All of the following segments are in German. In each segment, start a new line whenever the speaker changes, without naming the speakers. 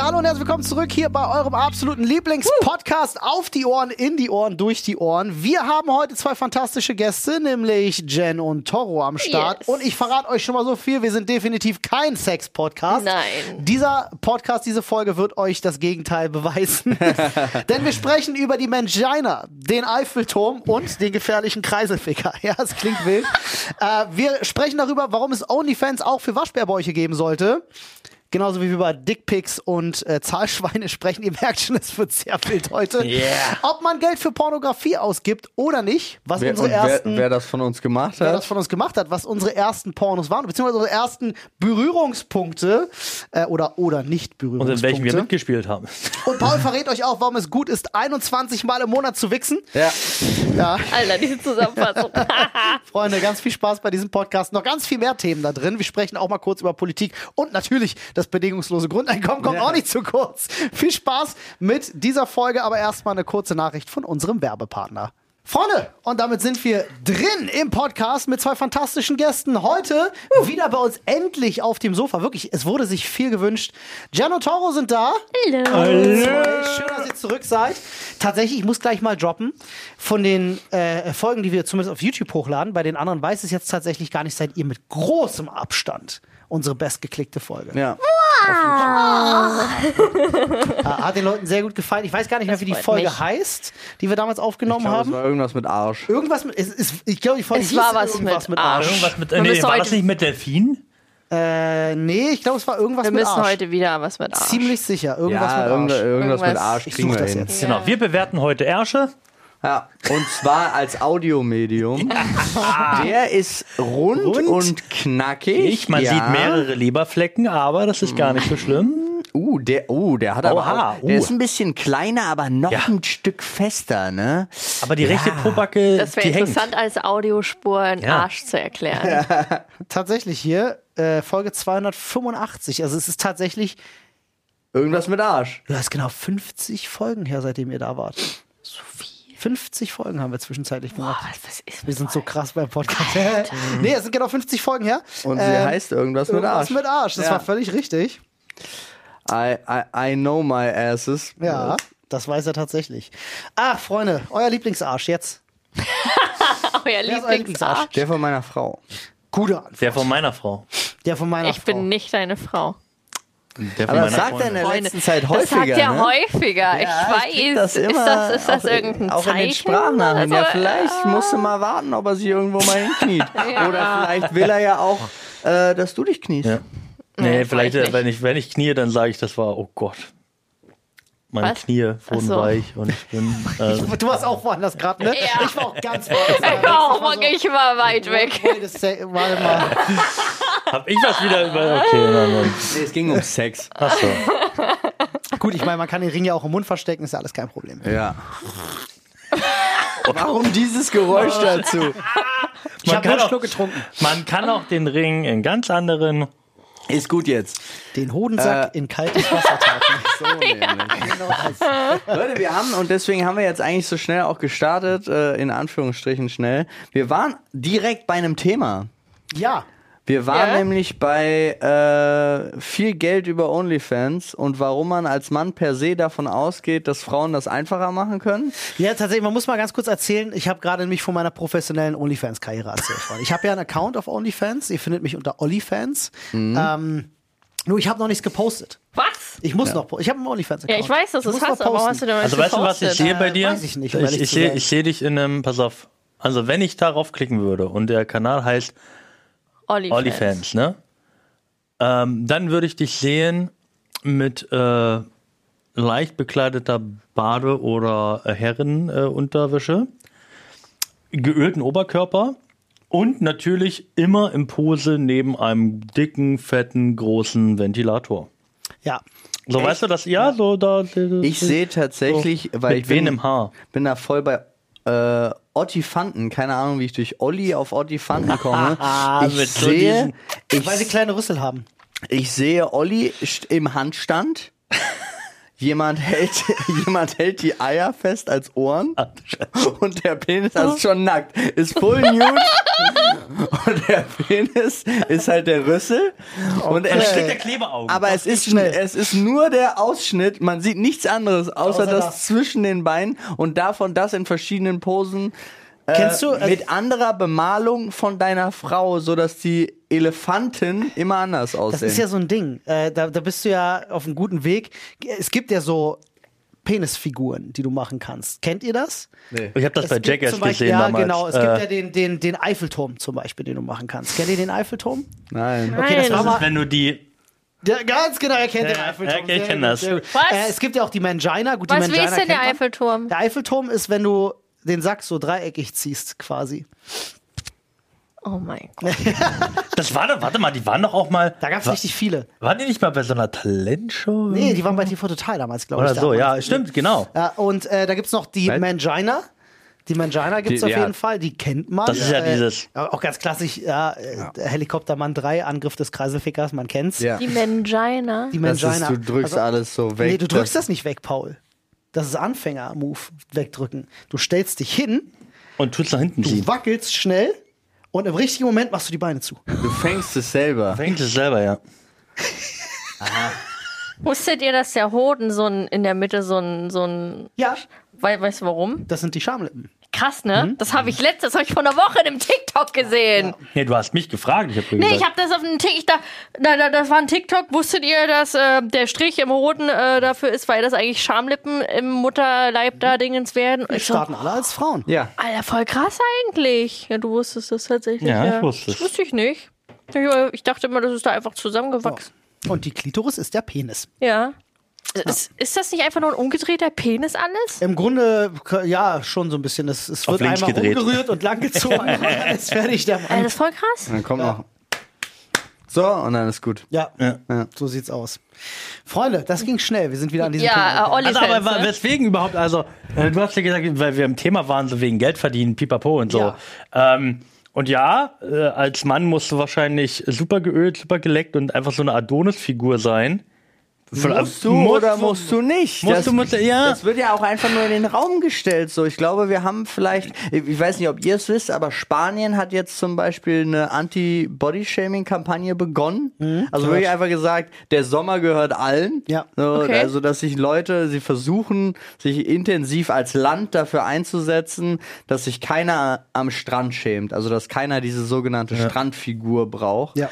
hallo und herzlich willkommen zurück hier bei eurem absoluten Lieblingspodcast auf die Ohren, in die Ohren, durch die Ohren. Wir haben heute zwei fantastische Gäste, nämlich Jen und Toro am Start.
Yes.
Und ich verrate euch schon mal so viel, wir sind definitiv kein Sex-Podcast.
Nein.
Dieser Podcast, diese Folge wird euch das Gegenteil beweisen. Denn wir sprechen über die Mangina, den Eiffelturm und den gefährlichen Kreiselficker. Ja, es klingt wild. äh, wir sprechen darüber, warum es OnlyFans auch für Waschbärbäuche geben sollte. Genauso wie wir über Dickpics und äh, Zahlschweine sprechen. Ihr merkt schon, es wird sehr wild heute.
Yeah.
Ob man Geld für Pornografie ausgibt oder nicht, was
Wer,
unsere
und wer,
ersten
wer das von uns gemacht
wer
hat,
das von uns gemacht hat, was unsere ersten Pornos waren, beziehungsweise unsere ersten Berührungspunkte äh, oder, oder nicht
Und
Berührungspunkte.
in welchen wir mitgespielt haben.
Und Paul verrät euch auch, warum es gut ist, 21 Mal im Monat zu wichsen.
ja,
Alter, diese Zusammenfassung.
Freunde, ganz viel Spaß bei diesem Podcast. Noch ganz viel mehr Themen da drin. Wir sprechen auch mal kurz über Politik und natürlich das bedingungslose Grundeinkommen kommt auch nicht zu kurz. Viel Spaß mit dieser Folge, aber erstmal eine kurze Nachricht von unserem Werbepartner. Freunde, und damit sind wir drin im Podcast mit zwei fantastischen Gästen. Heute wieder bei uns endlich auf dem Sofa. Wirklich, es wurde sich viel gewünscht. Gian und Toro sind da. Schön, dass ihr zurück seid. Tatsächlich, ich muss gleich mal droppen. Von den äh, Folgen, die wir zumindest auf YouTube hochladen, bei den anderen weiß es jetzt tatsächlich gar nicht, seid ihr mit großem Abstand unsere bestgeklickte Folge.
ja.
Äh, hat den Leuten sehr gut gefallen. Ich weiß gar nicht mehr, wie die
freut
Folge
mich.
heißt, die wir damals aufgenommen
Aber es
haben.
war irgendwas mit Arsch.
Irgendwas mit, es, es, ich glaube, die Folge
Es
hieß
war was
irgendwas
mit Arsch.
Irgendwas mit,
Man
nee,
müsste
war
heute-
das nicht mit Delfin?
Äh, nee, ich glaube, es war irgendwas
Wir
mit
müssen
Arsch.
heute wieder was mit Arsch.
Ziemlich sicher, irgendwas
Ja,
mit
irgend-
Arsch.
irgendwas mit
Irgendwas.
Arsch
Ich
kriegen
such
wir
das
hin.
jetzt.
Genau. Wir bewerten heute Ärsche.
Ja. Und zwar als Audiomedium. Der ist rund,
Rund.
und knackig.
Ich, man
ja.
sieht mehrere Leberflecken, aber das ist gar nicht so schlimm.
Uh, der, uh, der hat
Oha,
aber auch, Der
uh.
ist ein bisschen kleiner, aber noch
Ja.
ein Stück fester, ne?
Aber die rechte Pobacke,
Das
die
wäre
hängt.
interessant, als Audiospur einen
Ja.
Arsch zu erklären.
Tatsächlich hier, äh, Folge 285. Also es ist tatsächlich
Irgendwas mit Arsch.
Du hast genau 50 Folgen her, seitdem ihr da wart. So viel. 50 Folgen haben wir zwischenzeitlich gemacht.
Was, Oh, was ist
wir
mit
sind so
euch?
krass beim Podcast. nee, es sind genau 50 Folgen her.
Und sie
Ähm,
heißt irgendwas,
irgendwas
mit
mit Arsch. Das
Ja.
war völlig richtig.
Arsch. I, I, I know my asses.
Ja, das weiß er tatsächlich. Ach, Freunde, euer Lieblingsarsch jetzt.
Euer
ist euer Lieblingsarsch?
Lieblingsarsch.
Der von meiner Frau.
Gute Antwort.
Der von meiner Frau.
Der von meiner
Ich
Frau.
bin nicht deine Frau.
Der von
Aber das
meiner
sagt er in
Freundin.
der
Freunde.
letzten Zeit häufiger.
das sagt er
ne?
häufiger.
Ja,
ich
krieg
weiß.
das immer
ist das, ist das
auch,
irgendein
auch
Zeichen?
in den Sprachnachrichten. Ja,
Also,
vielleicht musst du mal warten, ob er sich irgendwo mal hinkniet.
Ja.
Oder vielleicht will er ja auch, äh, dass du dich kniest.
Ja.
Nee,
Nee,
das
vielleicht, äh,
weiß ich
wenn, ich, wenn ich knie, dann sage ich, das war, oh Gott. Meine
Was?
Knie
Ach
wurden
so.
weich und ich bin. Äh,
du warst auch woanders gerade, ne?
Ja.
Ich war auch ganz woanders.
äh, oh, Mann, ich war weit weg.
Wait a sec- Warte mal.
hab ich was wieder über. Okay, nein, nein.
Nee, es ging um Sex.
Achso.
Gut, ich meine, man kann den Ring ja auch im Mund verstecken, ist ja alles kein Problem.
Ja. Warum dieses Geräusch dazu?
Ich habe
kann
einen
auch-
Schluck getrunken.
Man kann auch den Ring in ganz anderen.
Ist gut jetzt.
Den Hodensack
Äh.
in kaltes Wasser tauchen.
So nämlich. Leute, wir haben, und deswegen haben wir jetzt eigentlich so schnell auch gestartet, äh, in Anführungsstrichen schnell. Wir waren direkt bei einem Thema.
ja.
Wir waren
Ja?
nämlich bei äh, viel Geld über OnlyFans und warum man als Mann per se davon ausgeht, dass Frauen das einfacher machen können.
Ja, tatsächlich, man muss mal ganz kurz erzählen, ich habe gerade nämlich von meiner professionellen OnlyFans-Karriere erzählt. Freunde. Ich habe ja einen Account auf OnlyFans, ihr findet mich unter OnlyFans.
Mhm.
Ähm, nur ich habe noch nichts gepostet.
Was?
Ich muss noch noch po- Ich habe einen OnlyFans-Account.
Ja, ich weiß, dass du es
muss noch
hast, aber warum
posten.
hast du denn noch
Also,
nicht
weißt du, was ich
gepostet?
sehe bei
Äh,
dir?
weiß ich nicht, um
ich
ehrlich
ich
zu
sehe
sein.
ich sehe dich in einem. Pass auf. Also, wenn ich darauf klicken würde und der Kanal heißt OnlyFans, ne? Ähm, dann würde ich dich sehen mit äh, leicht bekleideter Bade- oder äh, Herrenunterwäsche, geölten Oberkörper und natürlich immer im Pose neben einem dicken, fetten, großen Ventilator.
Ja.
So, weißt du das? Ja, so da.
Ich sehe tatsächlich, weil
mit
ich
wen
bin,
im Haar?
bin da voll bei äh, Ottifanten. Keine Ahnung, wie ich durch Olli auf Ottifanten komme. ich,
mit so
sehe,
Weil sie
ich,
kleine Rüssel haben.
ich sehe Olli st- im Handstand. jemand hält, jemand hält die Eier fest als Ohren
Ah, Scheiße.
und der Penis also ist schon nackt. Ist full nude und der Penis ist halt der Rüssel und er
Da steht der Klebeaugen.
aber es ist, schnell. es ist nur der Ausschnitt. Man sieht nichts anderes, außer,
Außer
das,
das.
zwischen den Beinen und davon das in verschiedenen Posen. äh,
Kennst du, äh,
mit anderer Bemalung von deiner Frau, so dass die Elefanten immer anders aussehen.
Das ist ja so ein Ding. Äh, da, da bist du ja auf einem guten Weg. Es gibt ja so Penisfiguren, die du machen kannst. Kennt ihr das?
ich habe das bei
gibt
Jackass
zum Beispiel,
gesehen
Ja,
damals.
genau. Es
Äh,
gibt ja den, den, den Eiffelturm zum Beispiel, den du machen kannst. Kennt ihr den Eiffelturm?
Nein.
Okay, das
Nein.
war
das ist,
mal.
wenn du die.
Der, ganz genau, er kennt den
Ja,
Eiffelturm.
ja, ich
Sehr
kenn
gut,
das.
sehr gut.
Was?
Äh, es gibt ja auch die Mangina. Gut,
Was,
die
wie
Mangina
ist denn der
kennt man.
Eiffelturm?
Der Eiffelturm ist, wenn du den Sack so dreieckig ziehst, quasi.
Oh mein Gott.
Das war doch, warte mal, die waren doch auch mal.
Da gab es
wa-
richtig viele.
Waren die nicht mal bei so einer Talentshow?
Nee, die waren bei TV Total damals, glaube ich.
Oder so,
damals.
ja, stimmt, genau.
Ja, und äh, da gibt's noch die
Was?
Mangina. Die Mangina gibt's
Die-
auf
ja.
jeden Fall, die kennt man.
Das ist ja
äh,
dieses-
Auch ganz klassisch, ja, äh, Helikoptermann 3, Angriff des Kreiselfickers, man kennt's.
Ja.
Die Mangina.
Die
Das
Mangina.
ist, du drückst
also,
alles so weg.
Nee, du drückst das nicht weg, Paul. Das ist Anfänger-Move, wegdrücken. Du stellst dich hin,
Und tut's nach hinten
du
ziehen.
wackelst schnell und im richtigen Moment machst du die Beine zu.
Du fängst es selber.
Fängt es selber, ja.
Wusstet ihr, dass der Hoden so ein, in der Mitte so ein, so ein,
Ja,
wei- weißt du warum?
das sind die Schamlippen.
Krass, ne?
Hm?
Das habe ich letztes, das habe ich vor einer Woche in einem TikTok gesehen.
Nee, du hast mich gefragt. Ich hab dir
Nee,
gesagt,
ich habe das auf einem TikTok, da, da, da, das war ein TikTok, wusstet ihr, dass äh, der Strich im Roten äh, dafür ist, weil das eigentlich Schamlippen im Mutterleib da Dingens werden? Und
Die
ich so,
starten alle als Frauen.
Ja.
Alter, voll krass eigentlich. Ja, du wusstest das tatsächlich.
Ja, ich wusste es.
Das wusste ich nicht. Ich- Ich dachte immer, das ist da einfach zusammengewachsen.
Und die Klitoris ist der Penis.
Ja. Ist, ist das nicht einfach nur ein umgedrehter Penis alles?
Im Grunde, ja, schon so ein bisschen. Es, es wird
links
einmal
gedreht.
umgerührt und langgezogen. und dann ist fertig der
Alter,
Mann.
das ist voll krass.
Dann kommt noch. So, und dann ist gut.
Ja,
Ja.
so sieht's aus. Freunde, das ging schnell. Wir sind wieder an diesem
Ja, äh,
Punkt.
Olli
Also, aber wa-
ne?
weswegen überhaupt? Also, äh, du hast ja gesagt, weil wir im Thema waren, so wegen Geld verdienen, pipapo und so.
Ja.
Ähm, und ja, äh, als Mann musst du wahrscheinlich super geölt, super geleckt und einfach so eine Adonis-Figur sein.
Musst du oder musst du nicht?
musst
das,
du- musst du- ja.
das wird ja auch einfach nur in den Raum gestellt. So, ich glaube, wir haben vielleicht, ich ich weiß nicht, ob ihr es wisst, aber Spanien hat jetzt zum Beispiel eine Anti-Body-Shaming-Kampagne begonnen. Also wirklich einfach gesagt, der Sommer gehört allen.
Ja.
So,
Okay.
Also, dass sich Leute, sie versuchen, sich intensiv als Land dafür einzusetzen, dass sich keiner am Strand schämt. Also, dass keiner diese sogenannte Strandfigur braucht.
Ja.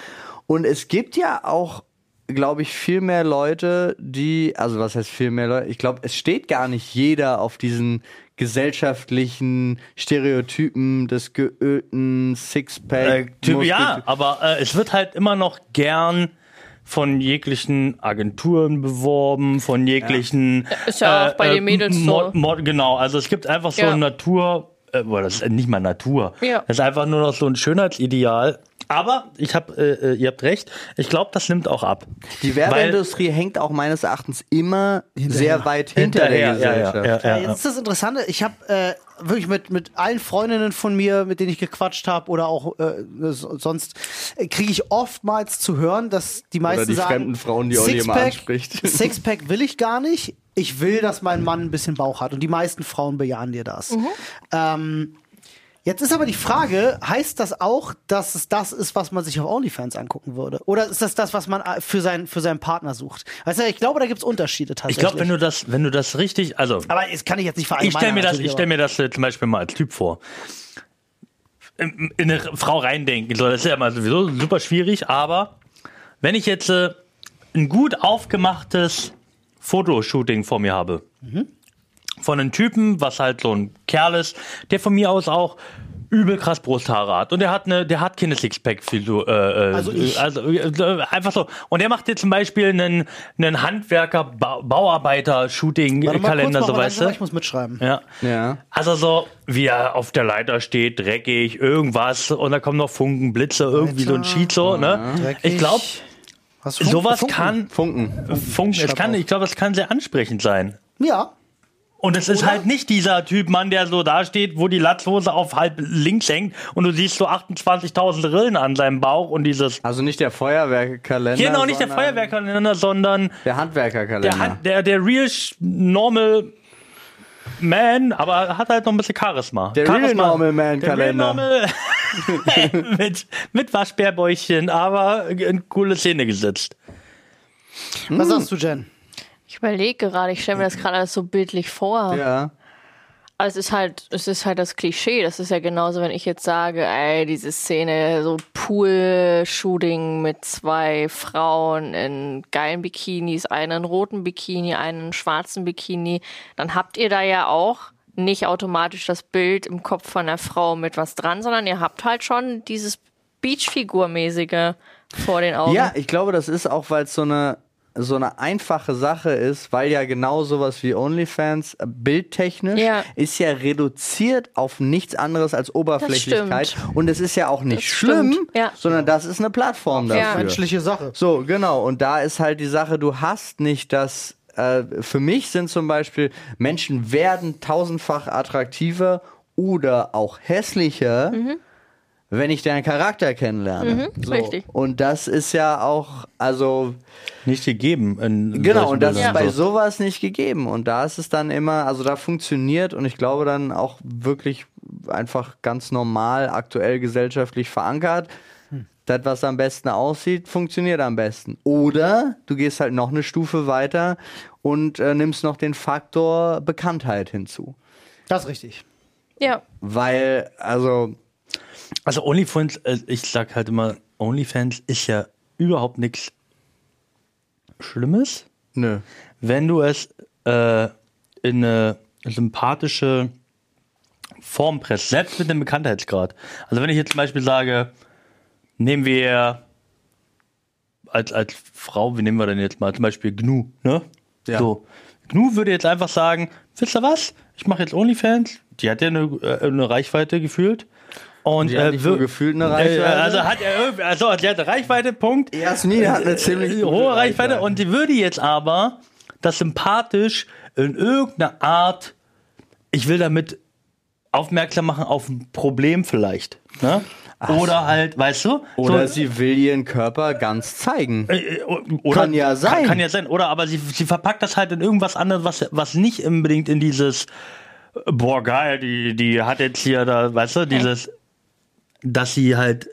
Und es gibt ja auch, glaube ich, viel mehr Leute, die, also was heißt viel mehr Leute? Ich glaube, es steht gar nicht jeder auf diesen gesellschaftlichen Stereotypen des geölten
Äh,
Sixpack.
Typ, ja,
Muskel-
aber äh, es wird halt immer noch gern von jeglichen Agenturen beworben, von jeglichen.
Äh,
äh,
Ist ja auch bei den Mädels
Mod,
so.
Mod, genau, also es gibt einfach so
Ja.
Natur, äh, boah, das ist nicht mal Natur.
Ja.
Das ist einfach nur noch so ein Schönheitsideal. Aber ich hab, äh, äh, ihr habt recht, ich glaube, das nimmt auch ab.
Die Werbeindustrie hängt auch meines Erachtens immer sehr weit hinter der
hinterher, ja,
Gesellschaft.
ja, ja, ja,
Äh, Jetzt ist das Interessante, ich habe äh, wirklich mit, mit allen Freundinnen von mir, mit denen ich gequatscht habe oder auch äh, so- sonst, äh, kriege ich oftmals zu hören, dass die meisten
die
sagen,
fremden Frauen, die Olli immer
Sixpack,
anspricht.
Sixpack will ich gar nicht. Ich will, dass mein Mann ein bisschen Bauch hat. Und die meisten Frauen bejahen dir das. Ähm, jetzt ist aber die Frage, heißt das auch, dass es das ist, was man sich auf OnlyFans angucken würde? Oder ist das das, was man äh, für, sein, für seinen Partner sucht? Weißt du, ich glaube, da gibt es Unterschiede
Ich
tatsächlich.
glaube, wenn du das, wenn du das richtig, also
aber das kann ich jetzt nicht
ich
verallgemeinern.
stelle mir das,
natürlich,
ich
aber-
stell mir das äh, zum Beispiel mal als Typ vor. In in eine Frau reindenken, so, das ist ja mal sowieso super schwierig, aber wenn ich jetzt äh, ein gut aufgemachtes Fotoshooting vor mir habe,
Mhm.
von einem Typen, was halt so ein Kerl ist, der von mir aus auch übel krass Brusthaare hat und der hat eine, der hat keine Sixpack-Figur, äh, äh,
Also ich.
also äh, äh, einfach so. Und der macht dir zum Beispiel einen, einen Handwerker, Bau,
Warte mal kurz,
Bauarbeiter-Shooting-Kalender,
mach
so
mal
weißt
langsam,
du.
Ich muss mitschreiben.
Ja.
Ja.
Also so, wie er auf der Leiter steht, dreckig, irgendwas und da kommen noch Funken, Blitze, irgendwie so ein Cheat so, ne? Ich glaube,
Hast du Funk-
sowas
Funken?
kann
Funken.
Funken, es kann, ich glaube, es kann sehr ansprechend sein.
Ja.
Und es ist halt nicht dieser Typ Mann, der so dasteht, wo die Latzhose auf halb links hängt und du siehst so 28.000 Rillen an seinem Bauch und dieses.
Also nicht der Feuerwerkerkalender.
Genau, nicht der
sondern
Feuerwehrkalender, sondern
Der Handwerkerkalender.
der, hat, der, der real sch- normal man, aber hat halt noch ein bisschen Charisma.
Der
Charisma.
Real Normal Man
Der real
Kalender.
normal mit, mit Waschbärbäuchchen, aber in coole Szene gesetzt. Hm.
Was sagst du, Jen?
Ich überlege gerade, ich stelle mir das gerade alles so bildlich vor.
Ja.
Aber es ist halt, es ist halt das Klischee. Das ist ja genauso, wenn ich jetzt sage, ey, diese Szene, so Pool-Shooting mit zwei Frauen in geilen Bikinis, einen roten Bikini, einen schwarzen Bikini, dann habt ihr da ja auch nicht automatisch das Bild im Kopf von der Frau mit was dran, sondern ihr habt halt schon dieses Beachfigur-mäßige vor den Augen.
Ja, ich glaube, das ist auch, weil es so eine, so eine einfache Sache ist, weil ja genau sowas wie OnlyFans äh, bildtechnisch
Ja.
ist ja reduziert auf nichts anderes als Oberflächlichkeit. Und es ist ja auch nicht
Das
schlimm,
stimmt, ja.
sondern das ist eine Plattform dafür.
Ja.
Menschliche Sache.
So, genau. Und da ist halt die Sache, du hast nicht das. Äh, für mich sind zum Beispiel Menschen werden tausendfach attraktiver oder auch hässlicher, wenn ich deren Charakter kennenlerne.
Mhm, richtig.
Und das ist ja auch, also
Nicht gegeben. In
genau,
solchen
und das ist
Bildern. Also
bei sowas nicht gegeben. Und da ist es dann immer, also da funktioniert und ich glaube dann auch wirklich einfach ganz normal, aktuell gesellschaftlich verankert.
Hm.
Das, was am besten aussieht, funktioniert am besten. Oder du gehst halt noch eine Stufe weiter und äh, nimmst noch den Faktor Bekanntheit hinzu.
Das ist richtig.
ja.
Weil, also,
Also OnlyFans, äh, ich sag halt immer, OnlyFans ist ja überhaupt nichts Schlimmes,
nö.
wenn du es äh, in eine sympathische Form presst, selbst mit dem Bekanntheitsgrad. Also wenn ich jetzt zum Beispiel sage, nehmen wir als, als Frau, wie nehmen wir denn jetzt mal zum Beispiel Gnu, ne?
Ja.
So. Gnu würde jetzt einfach sagen, wisst ihr was? Ich mache jetzt OnlyFans. Die hat ja eine, äh, eine Reichweite gefühlt. Und
Die hat
äh,
nicht
wir-
nur gefühlt eine
äh,
Reichweite.
Also hat er irgendwie, also sie hat eine Reichweite, Punkt.
Jasmin hat eine ziemlich
Äh,
gute
hohe Reichweite.
Reichweite.
und sie würde jetzt aber das sympathisch in irgendeiner Art, ich will damit aufmerksam machen auf ein Problem vielleicht. Ne? Oder halt, weißt du?
Oder
so,
sie will ihren Körper ganz zeigen.
äh, oder,
Kann ja sein.
Kann, kann ja sein. Oder aber sie, sie verpackt das halt in irgendwas anderes, was, was nicht unbedingt in dieses äh, boah geil, die, die hat jetzt hier da, weißt du, dieses, dass sie halt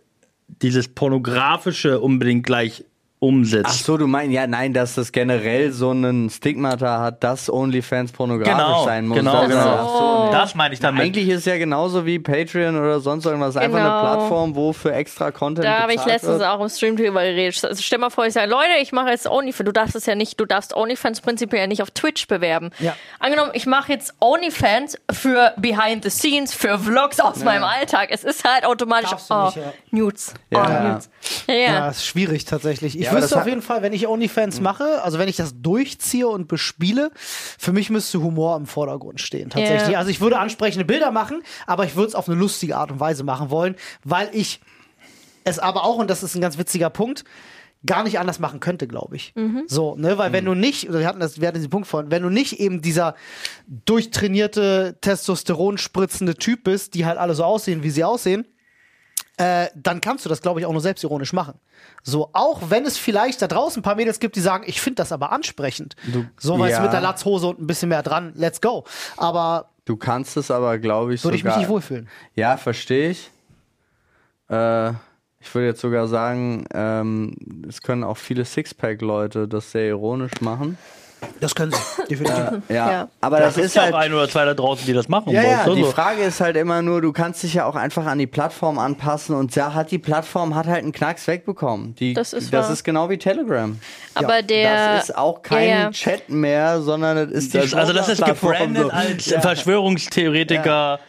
dieses pornografische unbedingt gleich umsetzt.
Ach so, du meinst, ja, nein, dass das generell so einen Stigmata hat, dass OnlyFans pornografisch
Genau,
sein muss.
genau,
Das-
genau.
Ach so, nee.
Das meine ich damit.
Eigentlich ist es ja genauso wie Patreon oder sonst irgendwas einfach eine
Genau.
Plattform, wo für extra Content
Da habe ich
bezahlt
letztens
wird.
auch im Stream drüber geredet. Also stell mal vor, ich sage, Leute, ich mache jetzt OnlyFans. Du darfst es ja nicht, du darfst OnlyFans prinzipiell nicht auf Twitch bewerben.
Ja.
Angenommen, ich mache jetzt OnlyFans für Behind the Scenes, für Vlogs aus meinem Alltag. Es ist halt automatisch
Darfst du
oh,
nicht, ja.
Nudes.
Ja.
Oh, Nudes. Ja, ja.
Ja, ist schwierig tatsächlich. Ich
aber das
wüsste auf
hat- Hm.
jeden Fall, wenn ich OnlyFans mache, also wenn ich das durchziehe und bespiele, für mich müsste Humor im Vordergrund stehen tatsächlich.
Ja.
Also ich würde ansprechende Bilder machen, aber ich würde es auf eine lustige Art und Weise machen wollen, weil ich es aber auch, und das ist ein ganz witziger Punkt, gar nicht anders machen könnte, glaube ich.
Mhm.
So, ne, weil
Mhm.
wenn du nicht, oder wir hatten das, wir hatten diesen Punkt vorhin, wenn du nicht eben dieser durchtrainierte, Testosteron spritzende Typ bist, die halt alle so aussehen, wie sie aussehen, äh, dann kannst du das, glaube ich, auch nur selbstironisch machen. So, auch wenn es vielleicht da draußen ein paar Mädels gibt, die sagen, ich finde das aber ansprechend. so, weißt du,
ja.
mit der Latzhose und ein bisschen mehr dran, let's go. Aber
Du kannst es aber, glaube ich,
würde ich mich
sogar...
nicht wohlfühlen.
Ja, verstehe ich. Äh, ich würde jetzt sogar sagen, ähm, es können auch viele Sixpack-Leute das sehr ironisch machen.
Das können sie, definitiv.
Ja,
Ja.
aber
das
das,
ist,
ist
ja
halt
auch ein oder zwei da draußen, die das machen.
Ja,
wollen,
ja,
so,
die
so.
Frage ist halt immer nur, du kannst dich ja auch einfach an die Plattform anpassen und da hat die Plattform hat halt einen Knacks wegbekommen. Die,
Das ist
das
wahr.
ist genau wie Telegram.
Aber der.
das ist auch kein
Ja, ja.
Chat mehr, sondern das ist die
Das, also das ist
Schwurbler-Plattform
gebrandet
so.
als äh,
ja.
Verschwörungstheoretiker-Plattform.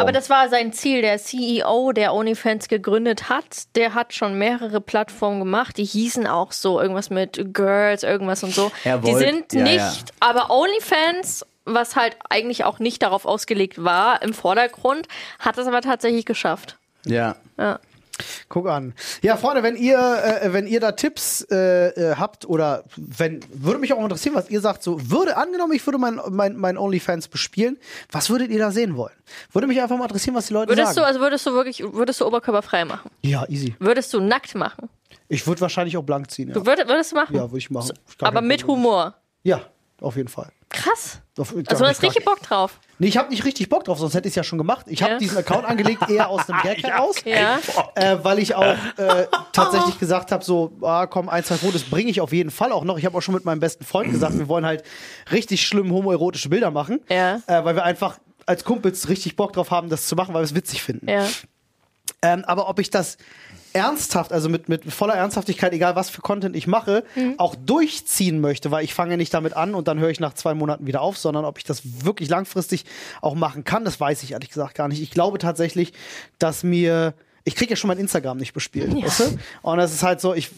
Aber das war sein Ziel. Der CEO, der OnlyFans gegründet hat, der hat schon mehrere Plattformen gemacht. Die hießen auch so irgendwas mit Girls, irgendwas und so.
Er
die
wollte-
sind
ja,
nicht,
ja.
aber OnlyFans, was halt eigentlich auch nicht darauf ausgelegt war, im Vordergrund, hat es aber tatsächlich geschafft.
ja.
Ja.
Guck an. Ja, Freunde, wenn ihr, äh, wenn ihr da Tipps äh, äh, habt oder wenn, würde mich auch interessieren, was ihr sagt, so würde, angenommen, ich würde mein, mein, mein OnlyFans bespielen, was würdet ihr da sehen wollen? Würde mich einfach mal interessieren, was die Leute
Würdest du,
sagen.
also würdest du wirklich, würdest du oberkörperfrei machen?
ja, easy.
Würdest du nackt machen?
Ich würde wahrscheinlich auch blank ziehen. Ja,
Du würdest, würdest du machen?
ja würde ich machen. Ist gar
Aber
kein
mit
Problem.
Humor.
Ja, auf jeden Fall.
Krass.
Auf, gar
Also du
nicht
hast richtig
stark.
Bock drauf.
Nee, ich habe nicht richtig Bock drauf, sonst hätte ich es ja schon gemacht. Ich habe
Ja.
diesen Account angelegt eher aus einem Gag heraus.
Ja.
Äh, weil ich auch äh, tatsächlich gesagt habe, so, ah, komm, ein, zwei Fotos bringe ich auf jeden Fall auch noch. Ich habe auch schon mit meinem besten Freund gesagt, wir wollen halt richtig schlimm homoerotische Bilder machen,
Ja.
äh, weil wir einfach als Kumpels richtig Bock drauf haben, das zu machen, weil wir es witzig finden.
Ja.
Ähm, aber ob ich das ernsthaft, also mit, mit voller Ernsthaftigkeit, egal was für Content ich mache, auch durchziehen möchte, weil ich fange nicht damit an und dann höre ich nach zwei Monaten wieder auf, sondern ob ich das wirklich langfristig auch machen kann, das weiß ich ehrlich gesagt gar nicht. Ich glaube tatsächlich, dass mir. Ich kriege ja schon mein Instagram nicht bespielt, weißt du? Und das ist halt so, ich,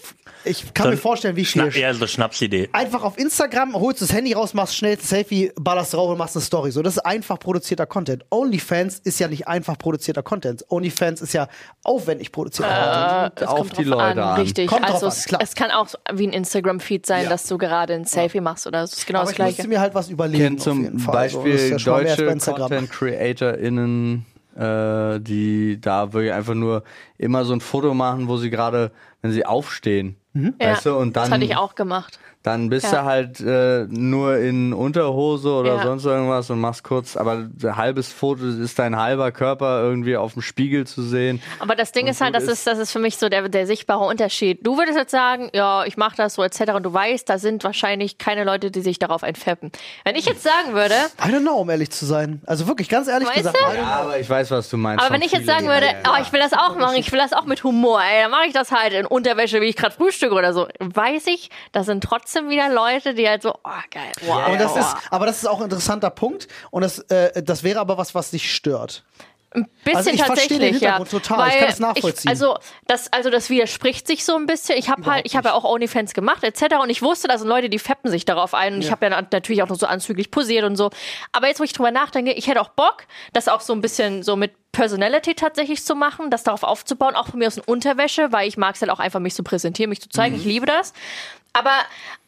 ich kann
So
mir vorstellen, wie ich
Schna
hier
eher so Schnapsidee.
Also,
einfach auf Instagram, holst das Handy raus, machst schnell ein Selfie, ballerst drauf und machst eine Story. So, das ist einfach produzierter Content. OnlyFans ist ja nicht einfach produzierter Content. OnlyFans ist ja aufwendig produzierter
Ah.
Content.
Es
auf
kommt
die
drauf
Leute an.
Richtig.
Kommt drauf
also
an,
es,
klar.
es kann auch so wie ein Instagram-Feed sein,
Ja.
dass du gerade ein Selfie machst oder es ist genau
Aber ich
das
musste
gleiche.
mir halt was überlegen.
kenne
auf
zum
jeden Fall. Also, das ist
Beispiel
ja schon mal mehr als bei
deutsche
Instagram.
Content-CreatorInnen, äh, die da wirklich einfach nur immer so ein Foto machen, wo sie gerade, wenn sie aufstehen,
Mhm.
weißt du, und
das
dann,
hatte ich auch gemacht.
dann bist
Ja.
du halt äh, nur in Unterhose oder
Ja.
sonst irgendwas und machst kurz, aber ein halbes Foto ist dein halber Körper irgendwie auf dem Spiegel zu sehen.
Aber das Ding ist halt,
gut
das ist, das ist für mich so der, der sichtbare Unterschied. Du würdest jetzt sagen, ja, ich mache das so etc. Und du weißt, da sind wahrscheinlich keine Leute, die sich darauf einfäppen. Wenn ich jetzt sagen würde,
I don't know, um ehrlich zu sein. Also wirklich, ganz ehrlich
Weißt
gesagt.
du?
I don't
Ja, aber ich weiß, was du meinst.
aber wenn
Schon
ich jetzt
viele,
sagen würde,
die-
oh, ich will das auch machen, ich will das auch mit Humor, ey, dann mache ich das halt in Unterwäsche, wie ich gerade frühstücke oder so. Weiß ich, da sind trotzdem wieder Leute, die halt so, oh geil, wow.
Und das
wow.
ist, aber das ist auch ein interessanter Punkt. Und das, äh, das bisschen aber was, was dich stört.
bisschen
Also ich verstehe den
tatsächlich, ja.
Hintergrund total. Ich kann das nachvollziehen.
also, das, also das widerspricht sich so ein bisschen. Ich habe halt, ich habe ja auch OnlyFans gemacht etc. Und ich wusste, da sind Leute, die feppen sich darauf ein. Und ich habe ja na- natürlich auch noch so anzüglich posiert und so. Aber jetzt, wo ich drüber nachdenke, ich hätte auch Bock, das auch so ein bisschen so mit Personality tatsächlich zu machen, das darauf aufzubauen, auch von mir aus in Unterwäsche, weil ich mag es halt auch einfach, mich zu präsentieren, mich zu zeigen.
Mhm.
Ich liebe das. Aber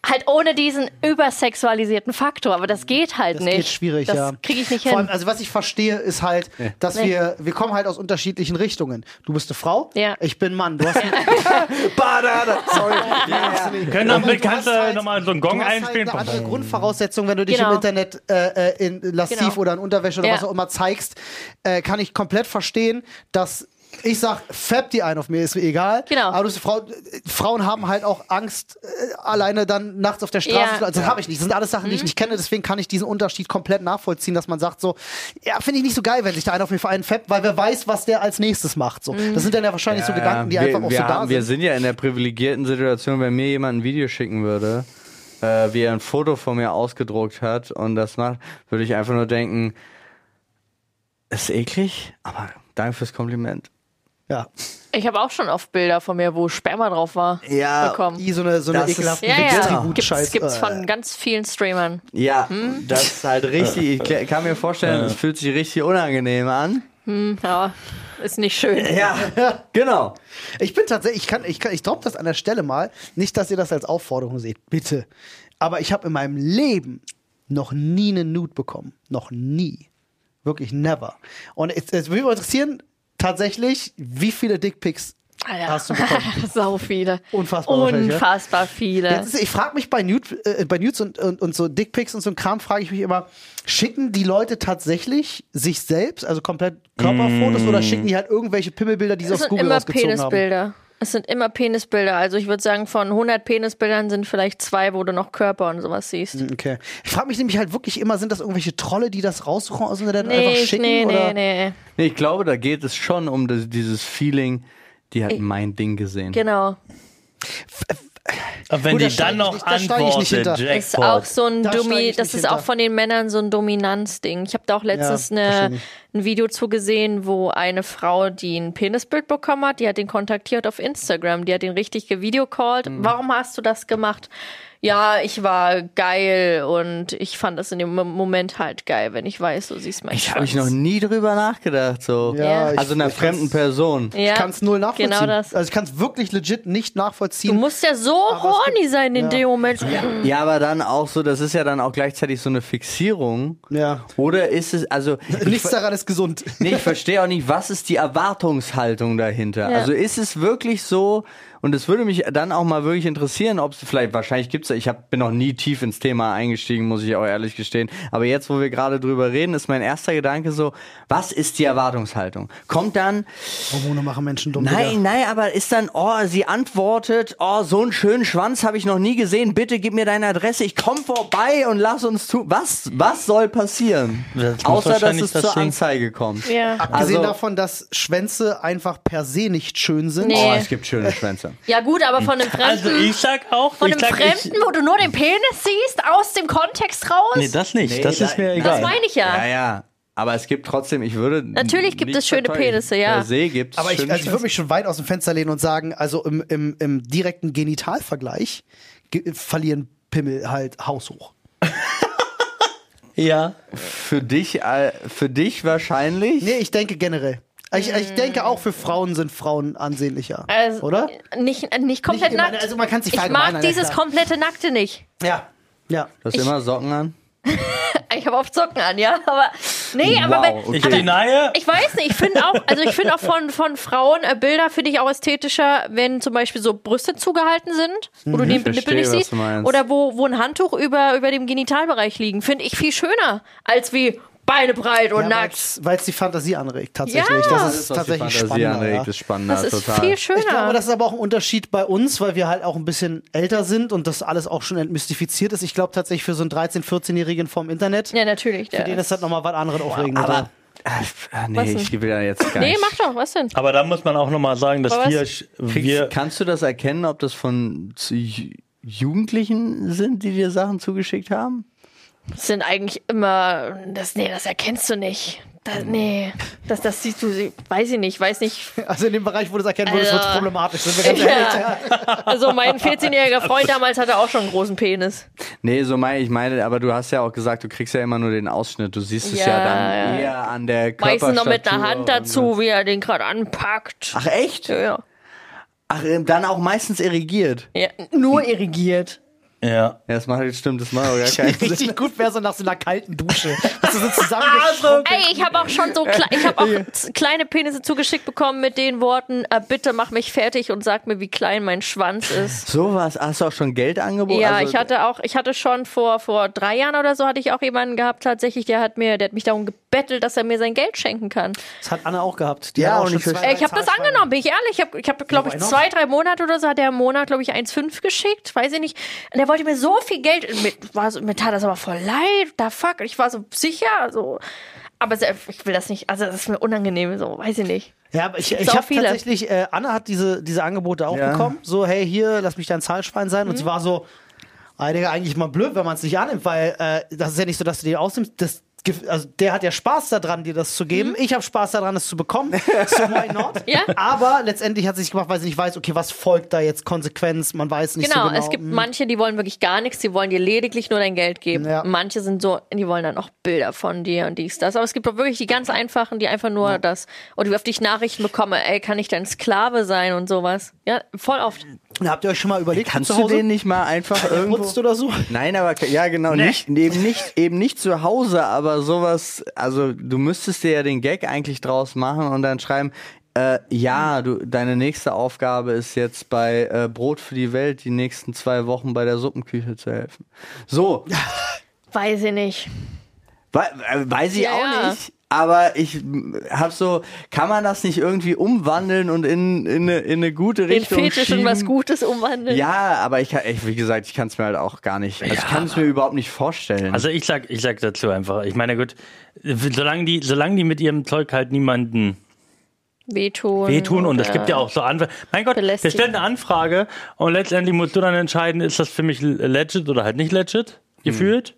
halt ohne diesen übersexualisierten Faktor. Aber das geht halt
Das
nicht.
geht schwierig,
das
ja.
kriege ich nicht
Vor
hin.
Allem, also was ich verstehe, ist halt, dass
Nee.
wir, wir kommen halt aus unterschiedlichen Richtungen. Du bist eine Frau,
Ja.
ich bin ein Mann. Du hast eine
Banane. Sorry.
Können
Aber
wir
du
kannst
hast
du
halt-
nochmal so einen Gong
du hast
einspielen?
Halt eine andere Grundvoraussetzung, wenn du dich
Genau.
im Internet äh, äh, in lasziv
Genau.
oder in Unterwäsche oder
Ja.
was auch immer zeigst, äh, kann ich komplett verstehen, dass ich sag, fab die ein auf mir, ist mir egal.
Genau.
Aber du, bist Frau, äh, Frauen haben halt auch Angst, äh, alleine dann nachts auf der Straße
Ja. Mhm.
zu Also, das habe ich nicht. Das sind alles Sachen, die ich nicht kenne. Deswegen kann ich diesen Unterschied komplett nachvollziehen, dass man sagt so, ja, finde ich nicht so geil, wenn sich da einer auf mir vereinen fappt, weil wer weiß, was der als nächstes macht. So.
Mhm.
Das sind dann ja wahrscheinlich so Gedanken, die
wir,
einfach auch
wir
so da
haben,
sind.
Wir sind ja in der privilegierten Situation, wenn mir jemand ein Video schicken würde, äh, wie er ein Foto von mir ausgedruckt hat und das macht, würde ich einfach nur denken, ist eklig, aber danke fürs Kompliment.
ja.
Ich habe auch schon oft Bilder von mir, wo Sperma drauf war.
Ja,
Bekommen.
I so eine, so eine
Das ist-
ekelhafte
Ja, ja.
Tribut-
Gibt's,
Scheiß-
gibt's
äh.
von ganz vielen Streamern.
Ja, das ist halt richtig. Ich kle- kann mir vorstellen, es fühlt sich richtig unangenehm an.
Ja, ist nicht schön.
Ja, genau.
Ich bin tatsächlich, ich kann, ich kann, ich droppe das an der Stelle mal. Nicht, dass ihr das als Aufforderung seht, bitte. Aber ich habe in meinem Leben noch nie einen Nude bekommen. Noch nie. Wirklich never. Und es, es würde mich interessieren, tatsächlich, wie viele Dickpics
Alter.
hast du bekommen?
Sau viele.
Unfassbar wahrscheinlich, ja?
Unfassbar viele.
Jetzt ist, ich frage mich bei, Nude, äh, bei Nudes und, und, und so Dickpics und so ein Kram, frage ich mich immer, schicken die Leute tatsächlich sich selbst, also komplett Körperfotos,
Mm.
oder schicken die halt irgendwelche Pimmelbilder, die sie
Es
aus
sind
Google
immer
rausgezogen haben?
Penisbilder. Es sind immer Penisbilder. Also ich würde sagen, von 100 Penisbildern sind vielleicht zwei, wo du noch Körper und sowas siehst.
Okay. Ich frage mich nämlich halt wirklich immer, sind das irgendwelche Trolle, die das raussuchen aus dem Internet und einfach
Nee,
schicken?
nee,
oder?
nee, nee.
Nee, ich glaube, da geht es schon um das, dieses Feeling, die hat mein Ding gesehen.
Genau.
Aber wenn
Gut, da
die
steig
dann
ich
noch
nicht- da steig ich nicht
antwortet,
hinter.
Ist auch
Jackpot.
so ein
Da steig
Dummy,
ich
das
nicht
ist auch
hinter.
von den Männern so ein Dominanzding. Ich habe da auch letztens
Ja,
eine,
verstehe
ein Video zu gesehen, wo eine Frau, die ein Penisbild bekommen
Mhm.
hat, die hat den kontaktiert auf Instagram, die hat den richtig gevideocallt. Warum hast du das gemacht? ja, ich war geil und ich fand das in dem Mo- Moment halt geil, wenn ich weiß, du siehst meinen
Ich habe
Schwanz.
ich noch nie drüber nachgedacht. So.
Ja.
ich-
Also einer
ich
fremden Person.
ja.
Ich kann es null nachvollziehen.
Genau das.
Also ich kann es wirklich legit nicht
Du
nachvollziehen.
musst ja so
es
horny sein in dem Moment.
Ja, aber dann auch so, das ist ja dann auch gleichzeitig so eine Fixierung.
ja.
Oder ist es, also. ich
Nichts
ver-
daran ist gesund.
Nee, ich verstehe auch nicht, was ist die Erwartungshaltung dahinter?
Ja.
Also ist es wirklich so, und es würde mich dann auch mal wirklich interessieren, ob es vielleicht, wahrscheinlich gibt's ich hab, bin noch nie tief ins Thema eingestiegen, muss ich auch ehrlich gestehen. Aber jetzt, wo wir gerade drüber reden, ist mein erster Gedanke so, was ist die Erwartungshaltung? Kommt dann,
Hormone machen Menschen dumm.
Nein,
Digga.
nein, aber ist dann, oh, sie antwortet, oh, so einen schönen Schwanz habe ich noch nie gesehen, bitte gib mir deine Adresse, ich komm vorbei und lass uns tun. Was, was soll passieren?
Das muss
Außer, dass
wahrscheinlich
es
das
zur
Ding-
Anzeige kommt.
Ja.
Abgesehen
also-
davon, dass Schwänze einfach per se nicht schön sind.
Nee.
Oh, es gibt schöne Schwänze.
Ja gut, aber von einem Fremden,
Also ich sag auch,
von
ich
einem
sag,
Fremden,
ich,
wo du nur den Penis siehst, aus dem Kontext raus.
Nee, das nicht.
Nee,
das
da-
ist mir
das
egal.
das meine ich ja.
Ja, ja. Aber es gibt trotzdem, ich würde.
Natürlich gibt
nicht
es schöne
verteufeln.
Penisse, ja.
Per se gibt es
Aber ich,
schöne
also ich würde
Schwänze.
mich schon weit aus dem Fenster lehnen und sagen, also im, im, im direkten Genitalvergleich ge verlieren Pimmel halt haushoch.
Ja.
Für dich, äh, für dich wahrscheinlich.
Nee, ich denke generell. Ich, ich denke auch für Frauen sind Frauen ansehnlicher.
Also,
oder?
Nicht, nicht komplett
Nicht-
nackt.
also man kann's nicht
ich
verallgemeinern,
mag
ja,
dieses
klar.
komplette Nackte nicht.
Ja. Ja.
Du hast immer Socken an.
Ich habe oft Socken an, ja. Aber nee, aber wenn,
Wow,
Ich
okay.
denie.
Ich weiß nicht, ich finde auch, also ich finde auch von, von Frauen äh, Bilder finde ich auch ästhetischer, wenn zum Beispiel so Brüste zugehalten sind, wo
Mhm.
du den
verstehe,
Nippel nicht
was
siehst,
du meinst.
oder wo, wo ein Handtuch über, über dem Genitalbereich liegen, finde ich viel schöner, als wie Beine breit und
ja
nackt.
Weil es die Fantasie anregt, tatsächlich.
Ja. Genau.
Das
Das
ist
ist, was
tatsächlich
die Fantasie
spannender.
anregt,
ja.
ist spannender.
Ah. Das ist
total.
viel
Ich glaube,
schöner.
das ist aber auch ein Unterschied bei uns, weil wir halt auch ein bisschen älter sind und das alles auch schon entmystifiziert ist. Ich glaube tatsächlich für so einen 13-, 14-Jährigen vom Internet,
Ja, natürlich.
für
Der.
den ist das nochmal was anderes aufregender.
Aber. Äh,
Was
nee,
denn?
Ah, ich will da jetzt gar
nee,
nicht.
mach doch, was denn?
Aber da muss man auch nochmal sagen, dass
Aber
wir,
Kriegst,
wir
kannst du das erkennen, ob das von zu Ju- Jugendlichen sind, die dir Sachen zugeschickt haben?
Das sind eigentlich immer, das, nee, das erkennst du nicht. Das,
Hm.
nee, das, das siehst du, weiß ich nicht, weiß nicht,
Also in dem Bereich, wo du es erkennen würdest, wird es
Also-
problematisch. Sind wir ganz ehrlich.
Ja. Also mein 14-jähriger Freund damals hatte auch schon einen großen Penis.
Nee, so meine ich meine, aber du hast ja auch gesagt, du kriegst ja immer nur den Ausschnitt. Du siehst es ja,
Ja,
dann
ja.
eher an der
Meistens
Körperstatur.
noch mit einer Hand
und-
dazu, wie er den gerade anpackt.
Ach echt?
Ja, ja.
Ach, ähm, dann auch meistens irrigiert.
ja. Nur irrigiert.
ja.
Ja, das macht stimmt, das macht auch gar keinen Sinn.
Richtig gut wäre so nach so einer kalten Dusche. Dass du so zusammengeschrumpft
Ey, ich habe auch schon so kle ich hab auch z- kleine Penisse zugeschickt bekommen mit den Worten, äh, bitte mach mich fertig und sag mir, wie klein mein Schwanz ist.
Sowas, hast du auch schon Geld angeboten?
Ja,
Also,
ich hatte auch, ich hatte schon vor, vor drei Jahren oder so hatte ich auch jemanden gehabt tatsächlich, der hat mir, der hat mich darum gebettelt, dass er mir sein Geld schenken kann.
Das hat Anna auch gehabt. Die
Ja,
hat auch
und
schon
ich verstehe-
zwei,
Äh, ich habe
drei
das
Zahlschweine.
angenommen, bin ich ehrlich. Ich habe, ich hab, glaube
why
ich,
not?
zwei, drei Monate oder so hat er im Monat, glaube ich, 1,5 geschickt. Weiß ich nicht. Und er wollte mir so viel Geld. Mit, war so, mir tat das aber voll leid. Da fuck. Ich war so sicher. So. Aber sehr- ich will das nicht. Also, das ist mir unangenehm. So, weiß ich nicht.
Ja, aber ich,
Gibt's
ich
auch
habe
viele.
tatsächlich, äh, Anna hat diese, diese Angebote auch
Ja.
bekommen. So, hey, hier, lass mich dein Zahlschwein sein.
Mhm.
Und sie war so, ey, Digga, eigentlich mal blöd, wenn man es nicht annimmt, weil äh, das ist ja nicht so, dass du den ausnimmst. Das, ge- also der hat ja Spaß daran, dir das zu geben. Ich habe Spaß daran, es zu bekommen. So, why not?
Mhm. Ja.
Aber letztendlich hat sie es gemacht, weil sie nicht weiß, okay, was folgt da jetzt Konsequenz? Man weiß nicht
Genau,
so genau.
Es gibt
Mhm.
Hm.
manche, die wollen wirklich gar nichts. Die wollen dir lediglich nur dein Geld geben.
Ja.
Manche sind so, die wollen dann auch Bilder von dir und dies, das. Aber es gibt auch wirklich die ganz einfachen, die einfach nur das. Oder die auf dich Nachrichten bekommen. Ey, kann ich dein Sklave sein und sowas? Ja, voll oft.
Und habt ihr euch schon mal überlegt,
Kannst
zu
du
Hause
den nicht mal einfach irgendwo...
putzt oder so?
Nein, aber ke- ja genau, nicht, eben nicht eben nicht zu Hause, aber sowas, also du müsstest dir ja den Gag eigentlich draus machen und dann schreiben, äh, ja, du, deine nächste Aufgabe ist jetzt bei äh, Brot für die Welt die nächsten zwei Wochen bei der Suppenküche zu helfen. So,
Weiß ich nicht.
wei- äh, weiß ich
Ja,
auch
ja.
nicht, aber ich m, hab so, kann man das nicht irgendwie umwandeln und in, in, eine, in eine gute
den
Richtung
Fetisch in was
schieben?
Gutes umwandeln.
Ja, aber ich, kann- ich wie gesagt, ich kann es mir halt auch gar nicht, also ich kann es mir überhaupt nicht vorstellen.
Also ich sag, ich sag dazu einfach, ich meine, gut, solange die, solange die mit ihrem Zeug halt niemanden
Wehtun.
wehtun und es
oder-
gibt ja auch so Anfragen. Mein Gott, der
Belästigen.
stellt eine Anfrage und letztendlich musst du dann entscheiden, ist das für mich legit oder halt nicht legit gefühlt.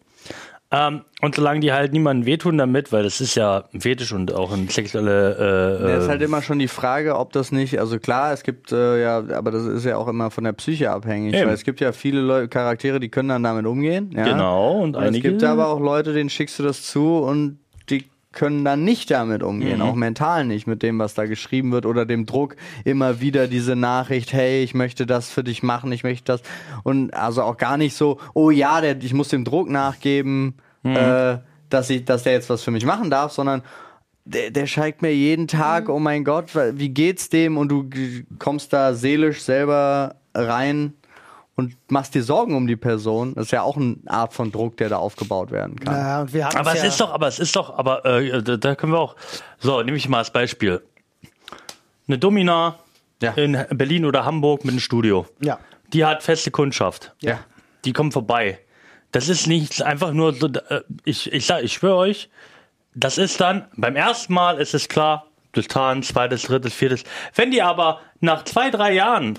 Ähm, und solange die halt niemanden wehtun damit, weil das ist ja ein Fetisch und auch ein sexuelle. Äh,
Ja, ist halt immer schon die Frage, ob das nicht, also klar, es gibt äh, ja, aber das ist ja auch immer von der Psyche abhängig,
Eben.
weil es gibt ja viele Leu Charaktere, die können dann damit umgehen. Ja?
Genau,
Und
und einige-
Es gibt aber auch Leute, denen schickst du das zu und die können dann nicht damit umgehen,
Mhm.
auch mental nicht mit dem, was da geschrieben wird oder dem Druck immer wieder diese Nachricht, hey, ich möchte das für dich machen, ich möchte das und also auch gar nicht so, oh ja, der, ich muss dem Druck nachgeben,
Mhm.
äh, dass ich, dass der jetzt was für mich machen darf, sondern der, der schreibt mir jeden Tag, oh mein Gott, wa- wie geht's dem? Und du g- kommst da seelisch selber rein und machst dir Sorgen um die Person. Das ist ja auch eine Art von Druck, der da aufgebaut werden kann.
Ja, und wir hatten
Aber
ja,
es ist doch, aber es ist doch, aber äh, da, da können wir auch. So, nehme ich mal als Beispiel. Eine Domina
Ja.
in Berlin oder Hamburg mit einem Studio.
Ja.
Die hat feste Kundschaft.
Ja.
Die kommen vorbei. Das ist nicht einfach nur so, äh, ich, ich sag, ich schwöre euch, das ist dann, beim ersten Mal ist es klar, Distanz, zweites, drittes, viertes. Wenn die aber nach zwei, drei Jahren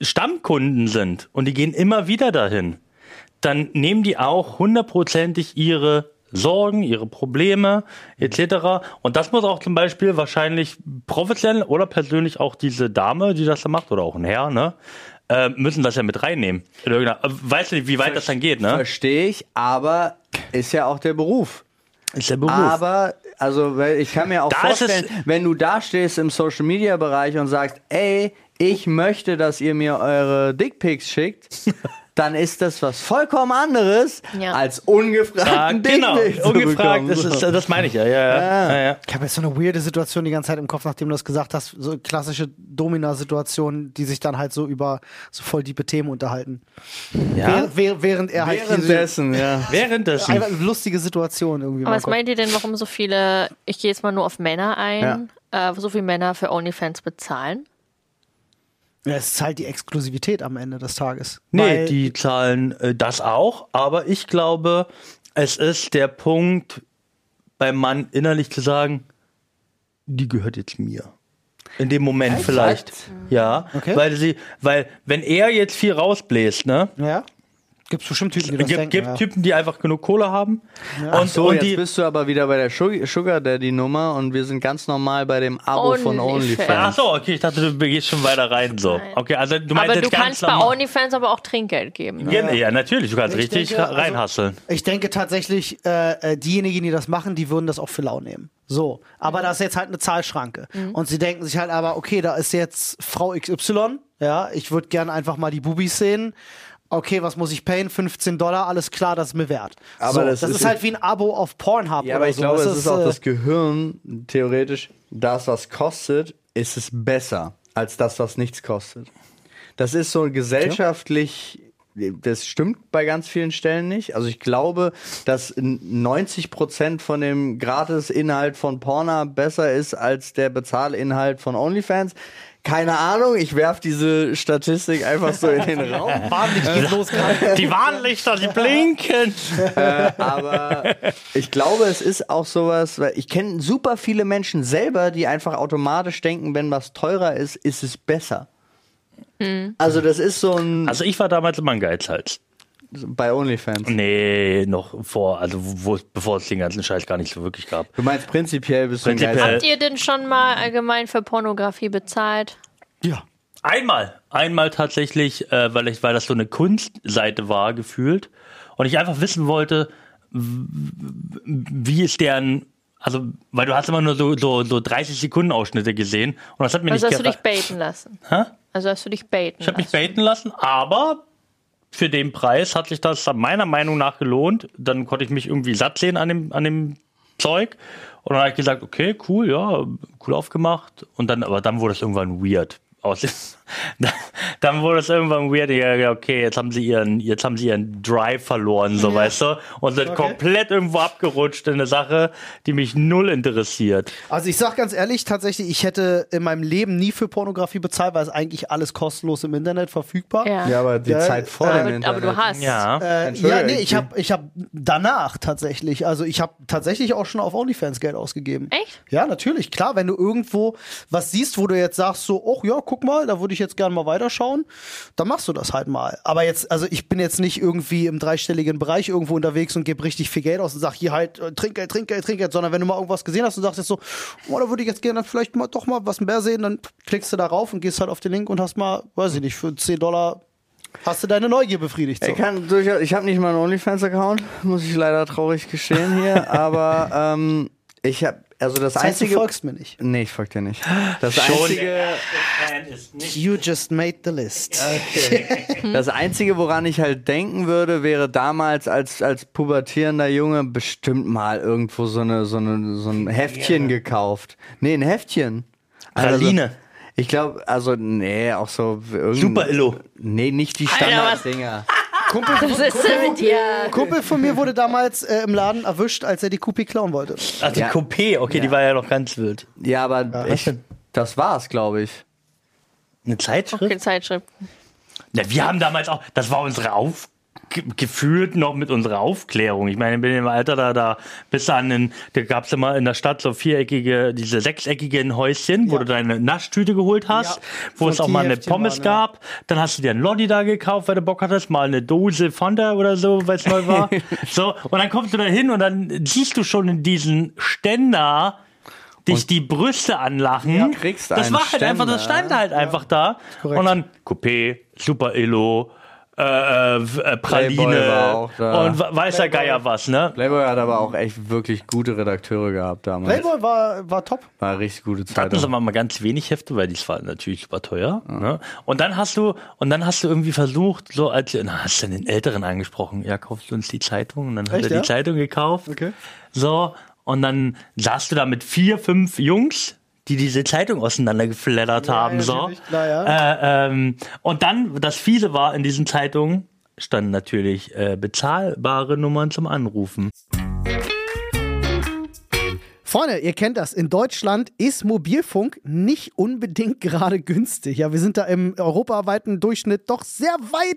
Stammkunden sind und die gehen immer wieder dahin, dann nehmen die auch hundertprozentig ihre Sorgen, ihre Probleme etc. Und das muss auch zum Beispiel wahrscheinlich professionell oder persönlich auch diese Dame, die das da macht, oder auch ein Herr, ne? Äh, müssen das ja mit reinnehmen. In irgendeiner- äh, Weißt du, wie weit das dann geht, ne?
Verstehe ich, aber ist ja auch der Beruf.
Ist der Beruf.
Aber, also, weil ich kann mir auch
Da ist es-
vorstellen, wenn du da stehst im Social Media Bereich und sagst, ey, ich möchte, dass ihr mir eure Dickpics schickt, dann ist das was vollkommen anderes
Ja.
als ungefragten
Ah, genau,
Dickpics. zu
ungefragt,
bekommen.
das, ist, das meine ich ja. ja, ja. ja. ja.
ich habe jetzt so eine weirde Situation die ganze Zeit im Kopf, nachdem du das gesagt hast, so klassische Domina-Situationen, die sich dann halt so über so voll diepe Themen unterhalten.
Ja.
Während, während, während er halt diese,
Währenddessen, ja.
Währenddessen.
einfach lustige Situation irgendwie.
Aber
mein
was
Gott.
meint ihr denn, warum so viele, ich gehe jetzt mal nur auf Männer ein, äh, so viele Männer für OnlyFans bezahlen?
Ja, es ist halt die Exklusivität am Ende des Tages.
Nee,
Weil-
die zahlen äh, das auch, aber ich glaube, es ist der Punkt, beim Mann innerlich zu sagen, die gehört jetzt mir. In dem Moment vielleicht. Ja.
Okay.
Weil sie, weil, wenn er jetzt viel rausbläst, ne?
Ja. Gibt es bestimmt Typen, die das
Gibt,
denken.
gibt
ja.
Typen, die einfach genug Kohle haben. Und,
So,
und
jetzt
die.
bist du aber wieder bei der Sug- Sugar Daddy Nummer und wir sind ganz normal bei dem Abo von
Onlyfans.
Ach
OnlyFans.
so, okay, ich dachte, du gehst schon weiter rein so. Okay, also du meinst
Aber du
jetzt ganz
kannst bei
normal-
OnlyFans aber auch Trinkgeld geben. Ne?
Ja, ja, natürlich, du kannst
Ich
richtig
denke,
ra- reinhasseln.
Also, ich denke tatsächlich, äh, äh, diejenigen, die das machen, die würden das auch für lau nehmen. So. Aber da ist jetzt halt eine Zahlschranke. Und sie denken sich halt aber, okay, da ist jetzt Frau XY. Ja, ich würde gerne einfach mal die Bubis sehen. Okay, was muss ich payen? 15 Dollar, alles klar, das ist mir wert.
Aber
so,
das
das ist,
ist-
halt wie ein Abo auf Pornhub oder
Ja, aber ich
so.
glaube,
Das
es ist auch
äh,
das Gehirn, theoretisch, das, was kostet, ist es besser als das, was nichts kostet. Das ist so gesellschaftlich, das stimmt bei ganz vielen Stellen nicht. Also ich glaube, dass 90% von dem Gratis-Inhalt von Porna besser ist als der Bezahlinhalt von OnlyFans. Keine Ahnung, ich werf diese Statistik einfach so in den Raum.
Warnlicht geht los gerade.
Die Warnlichter, die blinken.
aber ich glaube, es ist auch sowas, weil ich kenne super viele Menschen selber, die einfach automatisch denken, wenn was teurer ist, ist es besser.
Hm.
Also das ist so ein
Also ich war damals immer ein Geizhals.
bei OnlyFans.
Nee, noch vor, also wo, bevor es den ganzen Scheiß gar nicht so wirklich gab.
Du meinst prinzipiell bist du ein
Prinzipiell.
Geizhals.
Habt ihr denn schon mal allgemein für Pornografie bezahlt?
Ja.
Einmal, einmal tatsächlich, äh, weil, ich, weil das so eine Kunstseite war, gefühlt. Und ich einfach wissen wollte, w- w- wie ist deren, also, weil du hast immer nur so, so, so 30 Sekunden Ausschnitte gesehen. Und das hat mir
Also
nicht
hast du dich
gefallen.
baiten lassen?
Hä?
Also hast du dich baiten
Ich habe mich
lassen?
baiten lassen, aber für den Preis hat sich das meiner Meinung nach gelohnt. Dann konnte ich mich irgendwie satt sehen an dem, an dem Zeug. Und dann habe ich gesagt, okay, cool, ja, cool aufgemacht. Und dann, aber dann wurde es irgendwann weird. Aus, dann, dann wurde es irgendwann weird. Ich dachte, okay, jetzt haben sie ihren, jetzt haben sie ihren Drive verloren, so weißt du, und sind komplett irgendwo abgerutscht in eine Sache, die mich null interessiert.
Also ich sag ganz ehrlich, tatsächlich, ich hätte in meinem Leben nie für Pornografie bezahlt, weil es eigentlich alles kostenlos im Internet verfügbar.
Ja.
Ja, aber die
Ja,
Zeit vor dem
aber, aber
Internet.
du hast.
Ja.
Äh,
Entschuldige,
ja, nee,
ich-
ich habe ich hab danach tatsächlich, also ich habe tatsächlich auch schon auf OnlyFans Geld ausgegeben.
Echt?
Ja, natürlich, klar, wenn du irgendwo was siehst, wo du jetzt sagst so, oh ja, guck mal, da würde ich jetzt gerne mal weiterschauen, dann machst du das halt mal. Aber jetzt, also ich bin jetzt nicht irgendwie im dreistelligen Bereich irgendwo unterwegs und gebe richtig viel Geld aus und sag hier halt äh, Trinkgeld, Trinkgeld, Trinkgeld, sondern wenn du mal irgendwas gesehen hast und sagst jetzt so, oh, da würde ich jetzt gerne dann vielleicht mal doch mal was mehr sehen, dann klickst du da rauf und gehst halt auf den Link und hast mal, weiß ich nicht, für 10 Dollar hast du deine Neugier befriedigt. So.
Ich, kann durchaus- ich habe nicht mal einen OnlyFans-Account, muss ich leider traurig gestehen hier, aber ähm, ich habe, also das,
Das heißt, du
einzige.
folgst mir nicht.
nee, ich folge dir nicht. Das
Schon
einzige,
der erste Fan ist nicht.
You just made the list.
Das Einzige, woran ich halt denken würde, wäre damals als, als pubertierender Junge bestimmt mal irgendwo so, eine, so, eine, so ein Heftchen gekauft. Nee, ein Heftchen. Also
Praline.
ich glaube, also, nee, auch so irgendwie.
Super Illo.
Nee, nicht die
Alter, was-
Standarddinger.
Kumpel, von-
Was ist denn mit dir?
Kumpel von mir wurde damals äh, im Laden erwischt, als er die Kupi klauen wollte.
Ach, also die
Ja.
Coupé, okay, die war ja noch ganz wild.
Ja, aber
was
ich,
denn?
das war's, glaube ich.
Eine Zeitschrift?
Okay, Zeitschrift.
Na, wir haben damals auch, das war unsere Auf ge- gefühlt noch mit unserer Aufklärung. Ich meine, ich bin im Alter da, da bis an den, da gab's immer in der Stadt so viereckige, diese sechseckigen Häuschen, wo
Ja.
du deine Naschtüte geholt hast,
Ja.
wo
So
es auch mal eine
Tierheftchen
Pommes
ne?
waren, ja.
gab. Dann hast du dir einen Lolli da gekauft, weil du Bock hattest, mal eine Dose Fanta oder so, weil es neu war. so, und dann kommst du da hin und dann siehst du schon in diesen Ständer dich die Brüste anlachen.
Ja, kriegst
das
einen
war halt einfach, das
Ständer.
stand halt einfach da.
korrekt.
Und dann Coupé, Super Illo, äh,
Playboy war
äh, Praline
auch da.
und wa- weiß der Geier was, ne?
Playboy hat aber auch echt wirklich gute Redakteure gehabt damals.
Playboy war, war top.
War eine richtig gute
Da hatten sie
Zeitung.
mal ganz wenig Hefte, weil die waren natürlich super teuer. Ne? Und dann hast du, und dann hast du irgendwie versucht, so als na, hast du den Älteren angesprochen, ja, kaufst du uns die Zeitung? Und dann hat
Echt,
er die
ja?
Zeitung gekauft.
Okay.
So, und dann saßt du da mit vier, fünf Jungs, die diese Zeitung auseinandergeflattert haben.
ja,
so.
Äh, natürlich, klar, ja.
äh, ähm, und dann, das Fiese war, in diesen Zeitungen standen natürlich äh, bezahlbare Nummern zum Anrufen.
Freunde, ihr kennt das. In Deutschland ist Mobilfunk nicht unbedingt gerade günstig. Ja, wir sind da im europaweiten Durchschnitt doch sehr weit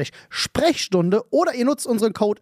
Sprechstunde oder ihr nutzt unseren Code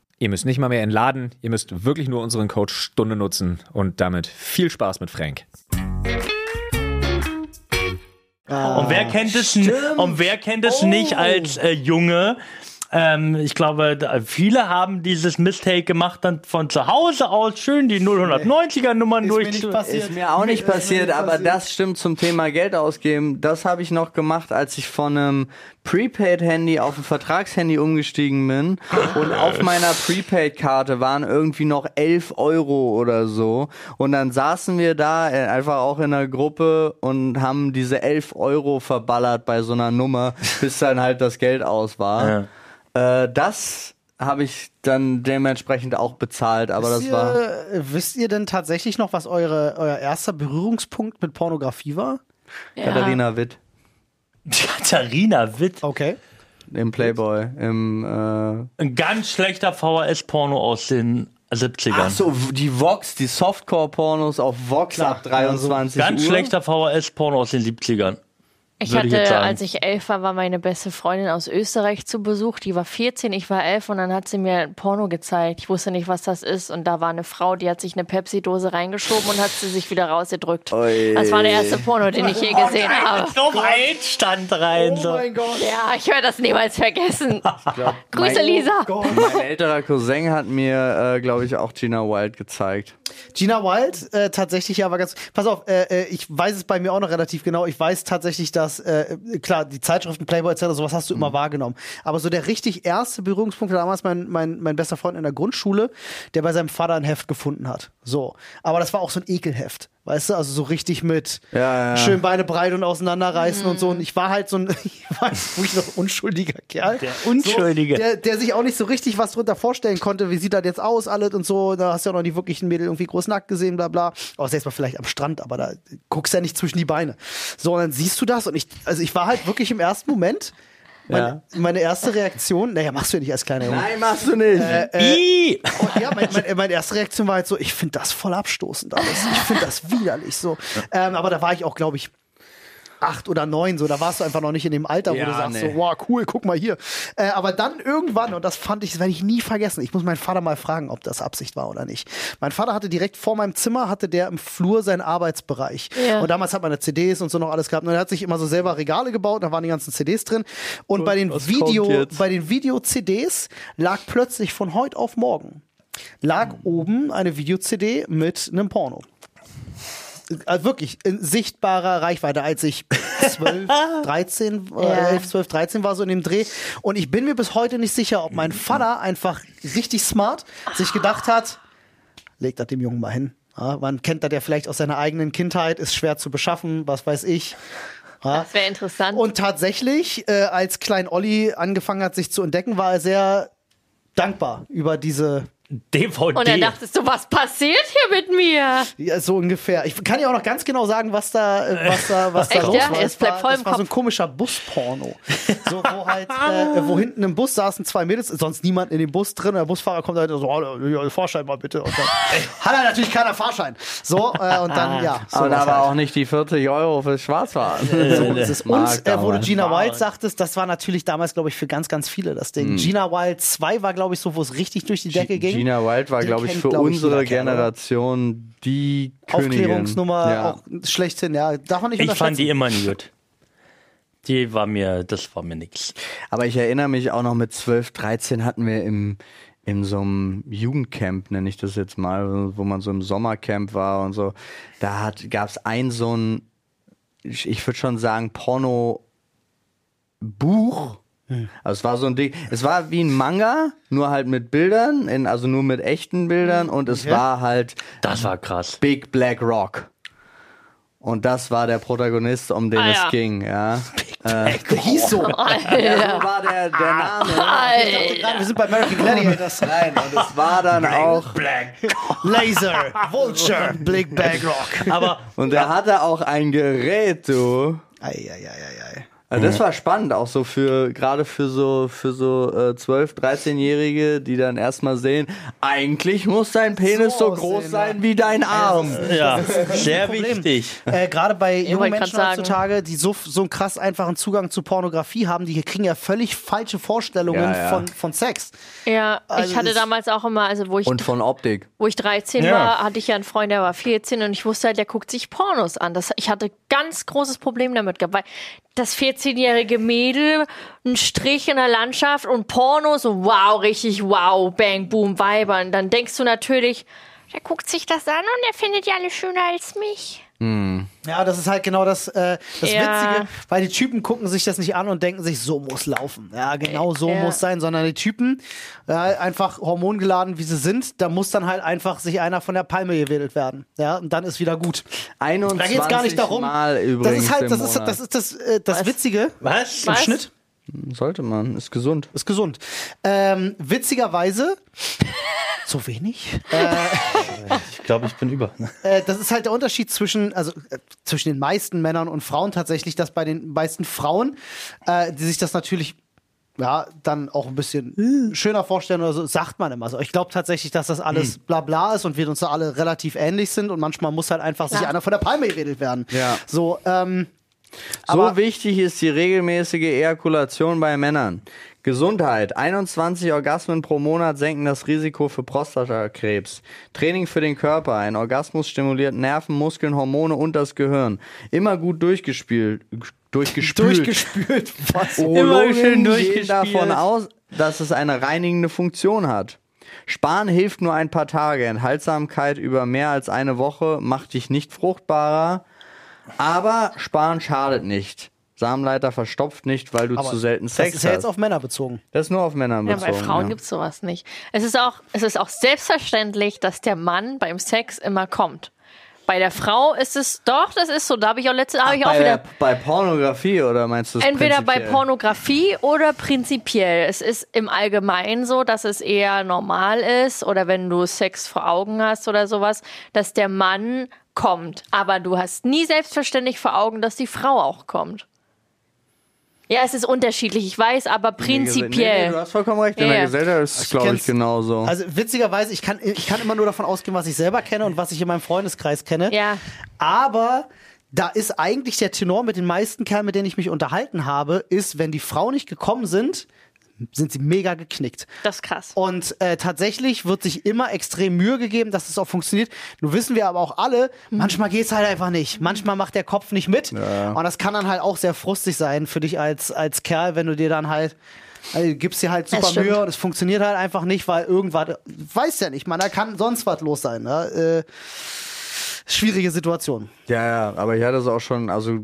ihr müsst nicht mal mehr entladen, ihr müsst wirklich nur unseren Code Stunde nutzen. Und damit viel Spaß mit Frank.
Und
Ah,
wer kennt es, n- und wer kennt es nicht
Oh.
als äh, Junge? Ähm, ich glaube, da, viele haben dieses Mistake gemacht, dann von zu Hause aus schön die 090er-Nummern durch.
Ist mir auch nicht passiert, aber das stimmt zum Thema Geld ausgeben. Das habe ich noch gemacht, als ich von einem Prepaid-Handy auf ein Vertragshandy umgestiegen bin. Und auf meiner Prepaid-Karte waren irgendwie noch 11 Euro oder so. Und dann saßen wir da äh, einfach auch in einer Gruppe und haben diese 11 Euro verballert bei so einer Nummer, bis dann halt das Geld aus war. Äh, das habe ich dann dementsprechend auch bezahlt, aber das
Wisst
war...
ihr, wisst ihr denn tatsächlich noch, was eure, euer erster Berührungspunkt mit Pornografie war?
Katharina Witt.
Katharina Witt,
Okay.
Im Playboy, im äh
ein ganz schlechter VHS-Porno aus den 70ern.
so, die Vox, die Softcore-Pornos auf Vox ab 23
ganz
Uhr.
schlechter VHS-Porno aus den 70ern.
Ich
Würde ich jetzt
hatte,
sagen.
als ich elf war, war meine beste Freundin aus Österreich zu Besuch. Die war 14, ich war elf und dann hat sie mir ein Porno gezeigt. Ich wusste nicht, was das ist. Und da war eine Frau, die hat sich eine Pepsi-Dose reingeschoben und hat sie sich wieder rausgedrückt. Das war der erste Porno, den ich
Oh
je gesehen habe.
So weit stand rein.
Oh
so.
Gott.
Ja, ich werde das niemals vergessen. Grüße,
mein-
Lisa.
Mein älterer Cousin hat mir, äh, glaube ich, auch Gina Wild gezeigt.
Gina Wild, äh, tatsächlich ja, war ganz. Pass auf, äh, äh, ich weiß es bei mir auch noch relativ genau. Ich weiß tatsächlich, dass dass, äh, klar, die Zeitschriften, Playboy etc., sowas hast du
Mhm.
immer wahrgenommen. Aber so der richtig erste Berührungspunkt war damals mein, mein, mein bester Freund in der Grundschule, der bei seinem Vater ein Heft gefunden hat. So. Aber das war auch so ein Ekelheft. Weißt du, also so richtig mit
Ja, ja.
schön Beine breit und auseinanderreißen und so. Und ich war halt so ein, ich war halt wirklich noch ein unschuldiger Kerl. Der
Unschuldige.
So, der, der sich auch nicht so richtig was drunter vorstellen konnte. Wie sieht das jetzt aus, alles und so. Da hast du ja noch nie wirklich ein Mädel irgendwie groß nackt gesehen, bla bla. Außer jetzt mal vielleicht am Strand, aber da guckst ja nicht zwischen die Beine. So, und dann siehst du das und ich, also ich war halt wirklich im ersten Moment, meine, meine erste Reaktion, naja, machst du ja nicht als kleiner Junge.
Nein, machst du nicht.
Äh,
Ih!
Und ja, mein, mein, meine erste Reaktion war halt so, ich finde das voll abstoßend alles. Ich finde das widerlich so. Ähm, aber da war ich auch, glaube ich, acht oder neun, so, da warst du einfach noch nicht in dem Alter, wo
Ja,
du sagst
nee.
so, wow, cool, guck mal hier. Äh, aber dann irgendwann, und das fand ich, das werde ich nie vergessen, ich muss meinen Vater mal fragen, ob das Absicht war oder nicht. Mein Vater hatte direkt vor meinem Zimmer, hatte der im Flur seinen Arbeitsbereich.
Ja.
Und damals hat man ja CDs und so noch alles gehabt. Und er hat sich immer so selber Regale gebaut, da waren die ganzen CDs drin. Und bei den
was kommt
Video,
jetzt?
bei den Video-CDs lag plötzlich von heute auf morgen lag oben eine Video-CD mit einem Porno. Also wirklich in sichtbarer Reichweite, als ich 12, 13,
Ja.
äh, 11, 12, 13 war so in dem Dreh. Und ich bin mir bis heute nicht sicher, ob mein Vater einfach richtig smart sich gedacht hat, legt das dem Jungen mal hin. Ja, man kennt das ja vielleicht aus seiner eigenen Kindheit, ist schwer zu beschaffen, was weiß ich. Ja.
Das wäre interessant.
Und tatsächlich, äh, als Klein Olli angefangen hat, sich zu entdecken, war er sehr dankbar über diese,
DVD.
Und er dachte so, was passiert hier mit mir?
ja, so ungefähr. Ich kann ja auch noch ganz genau sagen, was da, äh, was da, was da
Echt,
los
ja?
war.
Es bleibt
war,
voll
das
im
war so ein
Kopf.
komischer Busporno. So, wo halt, äh, wo hinten im Bus saßen zwei Mädels, sonst niemand in dem Bus drin. Der Busfahrer kommt halt so, oh, ja, Fahrschein mal bitte. Und dann, hat er natürlich keiner Fahrschein. So, äh, und
Ah,
dann, ja. halt. So
Aber da war auch nicht die 40 Euro fürs Schwarzfahren.
so ist es. Und äh, wo du Gina
Wow.
Wild sagtest, das war natürlich damals, glaube ich, für ganz, ganz viele das Ding. Gina Wild 2 war, glaube ich, so, wo es richtig durch die Decke ging.
Gina Wild war,
Den
glaube ich,
kennt,
für
glaub ich,
unsere
jeder kennt, oder?
Generation die Königin.
Aufklärungsnummer
Ja.
auch schlechthin, ja. Darf man nicht
ich fand
unterschätzen.
die immer gut. Die war mir, das war mir nix.
Aber ich erinnere mich auch noch mit 12, 13 hatten wir im in so einem Jugendcamp, nenne ich das jetzt mal, wo man so im Sommercamp war und so, da hat, gab es ein so ein, ich ich würde schon sagen, Porno-Buch. Also es war so ein Ding, es war wie ein Manga, nur halt mit Bildern, in, also nur mit echten Bildern und es war halt
Das war krass.
Big Black Rock. Und das war der Protagonist, um den
Ah,
es
ja.
ging, ja.
Der hieß so.
Ja, so war der, der Name.
Gerade, wir sind bei American Gladiators.
Nein, und es war dann auch.
Laser, Vulture, Big Bag Rock.
Aber
Und er hatte auch ein Gerät, du.
Eieieiei.
Also das war spannend, auch so für, gerade für so, für so äh, 12-, 13-Jährige, die dann erstmal sehen, eigentlich muss dein Penis
So
so, groß
aussehen,
sein wie dein Arm.
ja, sehr
Problem.
wichtig.
Äh, Gerade bei jungen
wollte grad
Menschen
sagen.
heutzutage, die so, so einen krass einfachen Zugang zu Pornografie haben, die kriegen ja völlig falsche Vorstellungen
Ja, ja.
Von, von Sex.
Ja,
Also
ich hatte
das-
damals auch immer, also wo ich,
Und von Optik.
wo ich 13
Ja.
war, hatte ich ja einen Freund, der war 14 und ich wusste halt, der guckt sich Pornos an. Das, ich hatte ganz großes Problem damit gehabt, weil das 14-jährige Mädel, ein Strich in der Landschaft und Pornos und wow, richtig wow, bang, boom, Weiber. Und dann denkst du natürlich, der guckt sich das an und der findet ja alle schöner als mich.
Ja, das ist halt genau das, äh, das
Ja.
Witzige, weil die Typen gucken sich das nicht an und denken sich, so muss laufen. Ja, genau so
Ja.
muss sein, sondern die Typen, ja, einfach hormongeladen, wie sie sind, da muss dann halt einfach sich einer von der Palme gewedelt werden. Ja, und dann ist wieder gut.
21
Da geht's gar nicht darum.
Mal übrigens
das ist halt,
im
das ist, das
Monat.
ist das, äh, das Witzige.
Was?
Was?
Schnitt?
Sollte man, ist gesund.
Ist gesund. Ähm, witzigerweise, so wenig.
Ich glaube, ich bin über.
Äh, das ist halt der Unterschied zwischen, also äh, zwischen den meisten Männern und Frauen tatsächlich, dass bei den meisten Frauen, äh, die sich das natürlich ja, dann auch ein bisschen schöner vorstellen oder so, sagt man immer so. Ich glaube tatsächlich, dass das alles bla bla ist und wir uns da alle relativ ähnlich sind und manchmal muss halt einfach sich
Klar.
einer von der Palme geredet werden.
Ja.
So, ähm,
So wichtig ist die regelmäßige Ejakulation bei Männern. Gesundheit. 21 Orgasmen pro Monat senken das Risiko für Prostatakrebs. Training für den Körper. Ein Orgasmus stimuliert Nerven, Muskeln, Hormone und das Gehirn. Immer gut durchgespielt. Durchgespült.
durchgespült. Was?
Oh,
Immer
Urologen
schön
gehen
durchgespielt.
davon aus, dass es eine reinigende Funktion hat. Sparen hilft nur ein paar Tage. Enthaltsamkeit über mehr als eine Woche macht dich nicht fruchtbarer. Aber Sparen schadet nicht. Samenleiter verstopft nicht, weil du zu selten Sex
das ist ja jetzt
hast.
auf Männer bezogen.
Das ist nur auf Männer
Ja,
bezogen.
bei Frauen
ja.
gibt's sowas nicht. Es ist, auch, es ist auch selbstverständlich, dass der Mann beim Sex immer kommt. Bei der Frau ist es doch, das ist so. Da habe ich auch letzte, habe ich auch
bei,
wieder.
bei Pornografie oder meinst du das
Entweder bei
prinzipiell?
Pornografie oder prinzipiell. Es ist im Allgemeinen so, dass es eher normal ist oder wenn du Sex vor Augen hast oder sowas, dass der Mann kommt. Aber du hast nie selbstverständlich vor Augen, dass die Frau auch kommt. Ja, es ist unterschiedlich, ich weiß, aber
also, Nee, nee,
prinzipiell.
du hast vollkommen recht. In
Ja.
der Gesellschaft ist es, glaube ich,
Also kenn's-
genauso.
Also witzigerweise, ich kann, ich kann immer nur davon ausgehen, was ich selber kenne und was ich in meinem Freundeskreis kenne.
Ja.
Aber da ist eigentlich der Tenor mit den meisten Kerlen, mit denen ich mich unterhalten habe, ist, wenn die Frauen nicht gekommen sind, sind sie mega geknickt.
das ist krass.
Und äh, tatsächlich wird sich immer extrem Mühe gegeben, dass es auch funktioniert. Nun wissen wir aber auch alle, manchmal geht's halt einfach nicht. Manchmal macht der Kopf nicht mit. Und das kann dann halt auch sehr frustig sein für dich als, als Kerl, wenn du dir dann halt. Also gibst dir halt super
stimmt.
Mühe und es funktioniert halt einfach nicht, weil irgendwas, weiß ja nicht, man, da kann sonst was los sein. Ne? Äh, schwierige Situation.
ja, ja, aber ich hatte es auch schon, also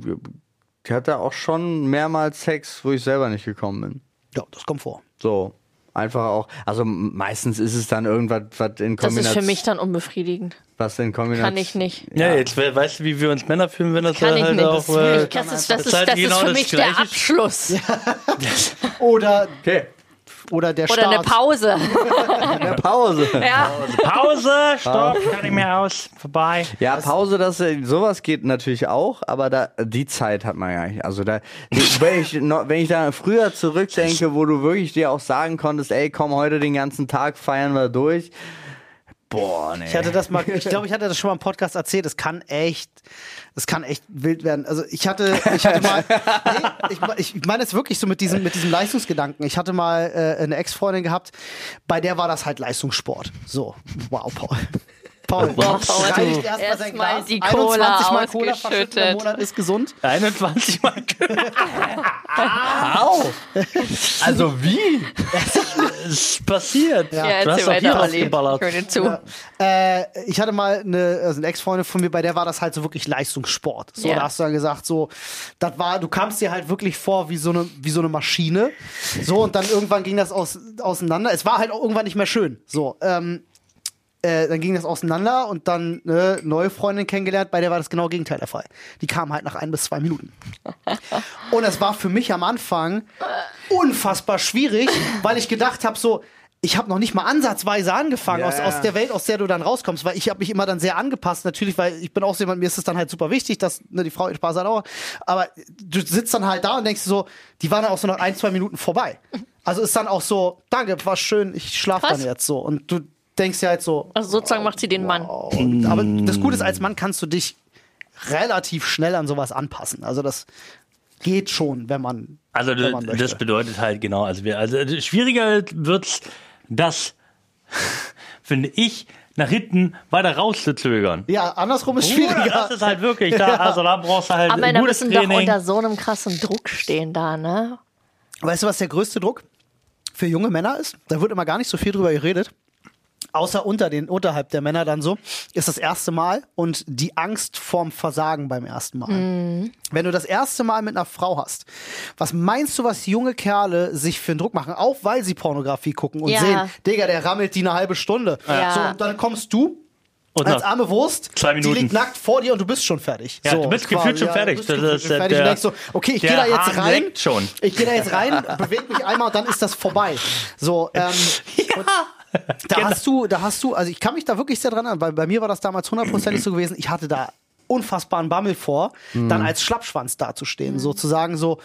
ich hatte auch schon mehrmals Sex, wo ich selber nicht gekommen bin.
Ja, das kommt vor.
So. Einfach auch, also meistens ist es dann irgendwas, was in
Das ist
Kombination.
für mich dann unbefriedigend.
was in Kombination.
Kann ich nicht.
Ja, jetzt we weißt du, wie wir uns Männer fühlen, wenn das
Kann
dann
ich
halt
nicht. Das,
auch.
will
Äh,
ich, das ist,
das
das
ist
ist,
halt
das ist
genau
für
das
mich der
Gleiche.
Abschluss
Oder,
Okay,
oder der
oder
Start.
eine Pause.
eine Pause.
Ja.
Pause, stopp, kann ich mehr aus, vorbei.
Ja, Pause, das äh, sowas geht natürlich auch, aber da die Zeit hat man ja nicht. Also da wenn ich noch, wenn ich da früher zurückdenke, wo du wirklich dir auch sagen konntest, ey, komm heute den ganzen Tag feiern wir durch. Boah, nee.
Ich hatte das mal, ich glaube, ich hatte das schon mal im Podcast erzählt. Es kann echt, es kann echt wild werden. Also ich hatte, ich hatte mal, nee, ich, ich meine es wirklich so mit diesem, mit diesem Leistungsgedanken. Ich hatte mal äh, eine Ex-Freundin gehabt, bei der war das halt Leistungssport. So, wow, Paul. Paul,
Wow,
Paul.
reicht erst mal sein
Erst mal
Glas.
die Cola
21 Mal Cola
ausgeschüttet.
verschüttet im Monat ist gesund.
21 Mal.
Au! Also wie?
Es passiert.
Ja,
du
erzähl
hast auch
weiter,
hier
Olli. Ich
ausgeballert.
höre dir zu.
Äh, ich hatte mal eine, also eine Ex-Freundin von mir, bei der war das halt so wirklich Leistungssport. So,
Ja.
da hast du dann gesagt, so, das war, du kamst dir halt wirklich vor wie so eine, wie so eine Maschine. So, und dann irgendwann ging das aus, auseinander. Es war halt auch irgendwann nicht mehr schön. So, ähm, äh, dann ging das auseinander und dann eine neue Freundin kennengelernt, bei der war das genau Gegenteil der Fall. Die kam halt nach ein bis zwei Minuten. Und das war für mich am Anfang unfassbar schwierig, weil ich gedacht habe, so, ich habe noch nicht mal ansatzweise angefangen
Ja,
aus,
ja.
aus der Welt, aus der du dann rauskommst, weil ich habe mich immer dann sehr angepasst, natürlich, weil ich bin auch so jemand, mir ist es dann halt super wichtig, dass ne, die Frau ihren Spaß hat auch, aber du sitzt dann halt da und denkst so, die waren dann auch so nach ein, zwei Minuten vorbei. Also ist dann auch so, danke, war schön, ich schlaf
Krass.
dann jetzt so und du denkst dir halt so,
Also sozusagen macht sie den Mann.
und, aber das Gute ist, als Mann kannst du dich relativ schnell an sowas anpassen. Also das geht schon, wenn man
Also
wenn man
das
möchte.
bedeutet halt genau, also, wir, also schwieriger wird's, das finde ich nach hinten weiter rauszuzögern.
Ja, andersrum ist
Bruder,
schwieriger.
Oh, das ist halt wirklich da, also da brauchst du halt
Aber
ein
da
gutes
müssen doch
Training.
unter so einem krassen Druck stehen da, ne?
Weißt du, was der größte Druck für junge Männer ist? Da wird immer gar nicht so viel drüber geredet. Außer unter den, unterhalb der Männer dann so, ist das erste Mal und die Angst vorm Versagen beim ersten Mal.
Mhm.
Wenn du das erste Mal mit einer Frau hast, was meinst du, was junge Kerle sich für einen Druck machen? Auch weil sie Pornografie gucken und
Ja.
sehen, Digga, der rammelt die eine halbe Stunde.
Ja.
So, und dann kommst du
Und
als
nach-
arme Wurst,
Zwei
die
Minuten.
liegt nackt vor dir und du bist schon fertig.
Ja,
so,
du bist
quasi.
gefühlt schon
Ja,
fertig.
Du bist
Das
gefühlt
ist
schon
der-
fertig.
der-
und denkst so, okay, ich gehe
der
da jetzt
Hahn
rein.
leckt schon.
Ich gehe da jetzt rein, bewege mich einmal und dann ist das vorbei. So, ähm, und da
Genau.
hast du, da hast du, also ich kann mich da wirklich sehr dran an, weil bei mir war das damals hundertprozentig so gewesen. Ich hatte da unfassbaren Bammel vor, dann als Schlappschwanz dazustehen, sozusagen so.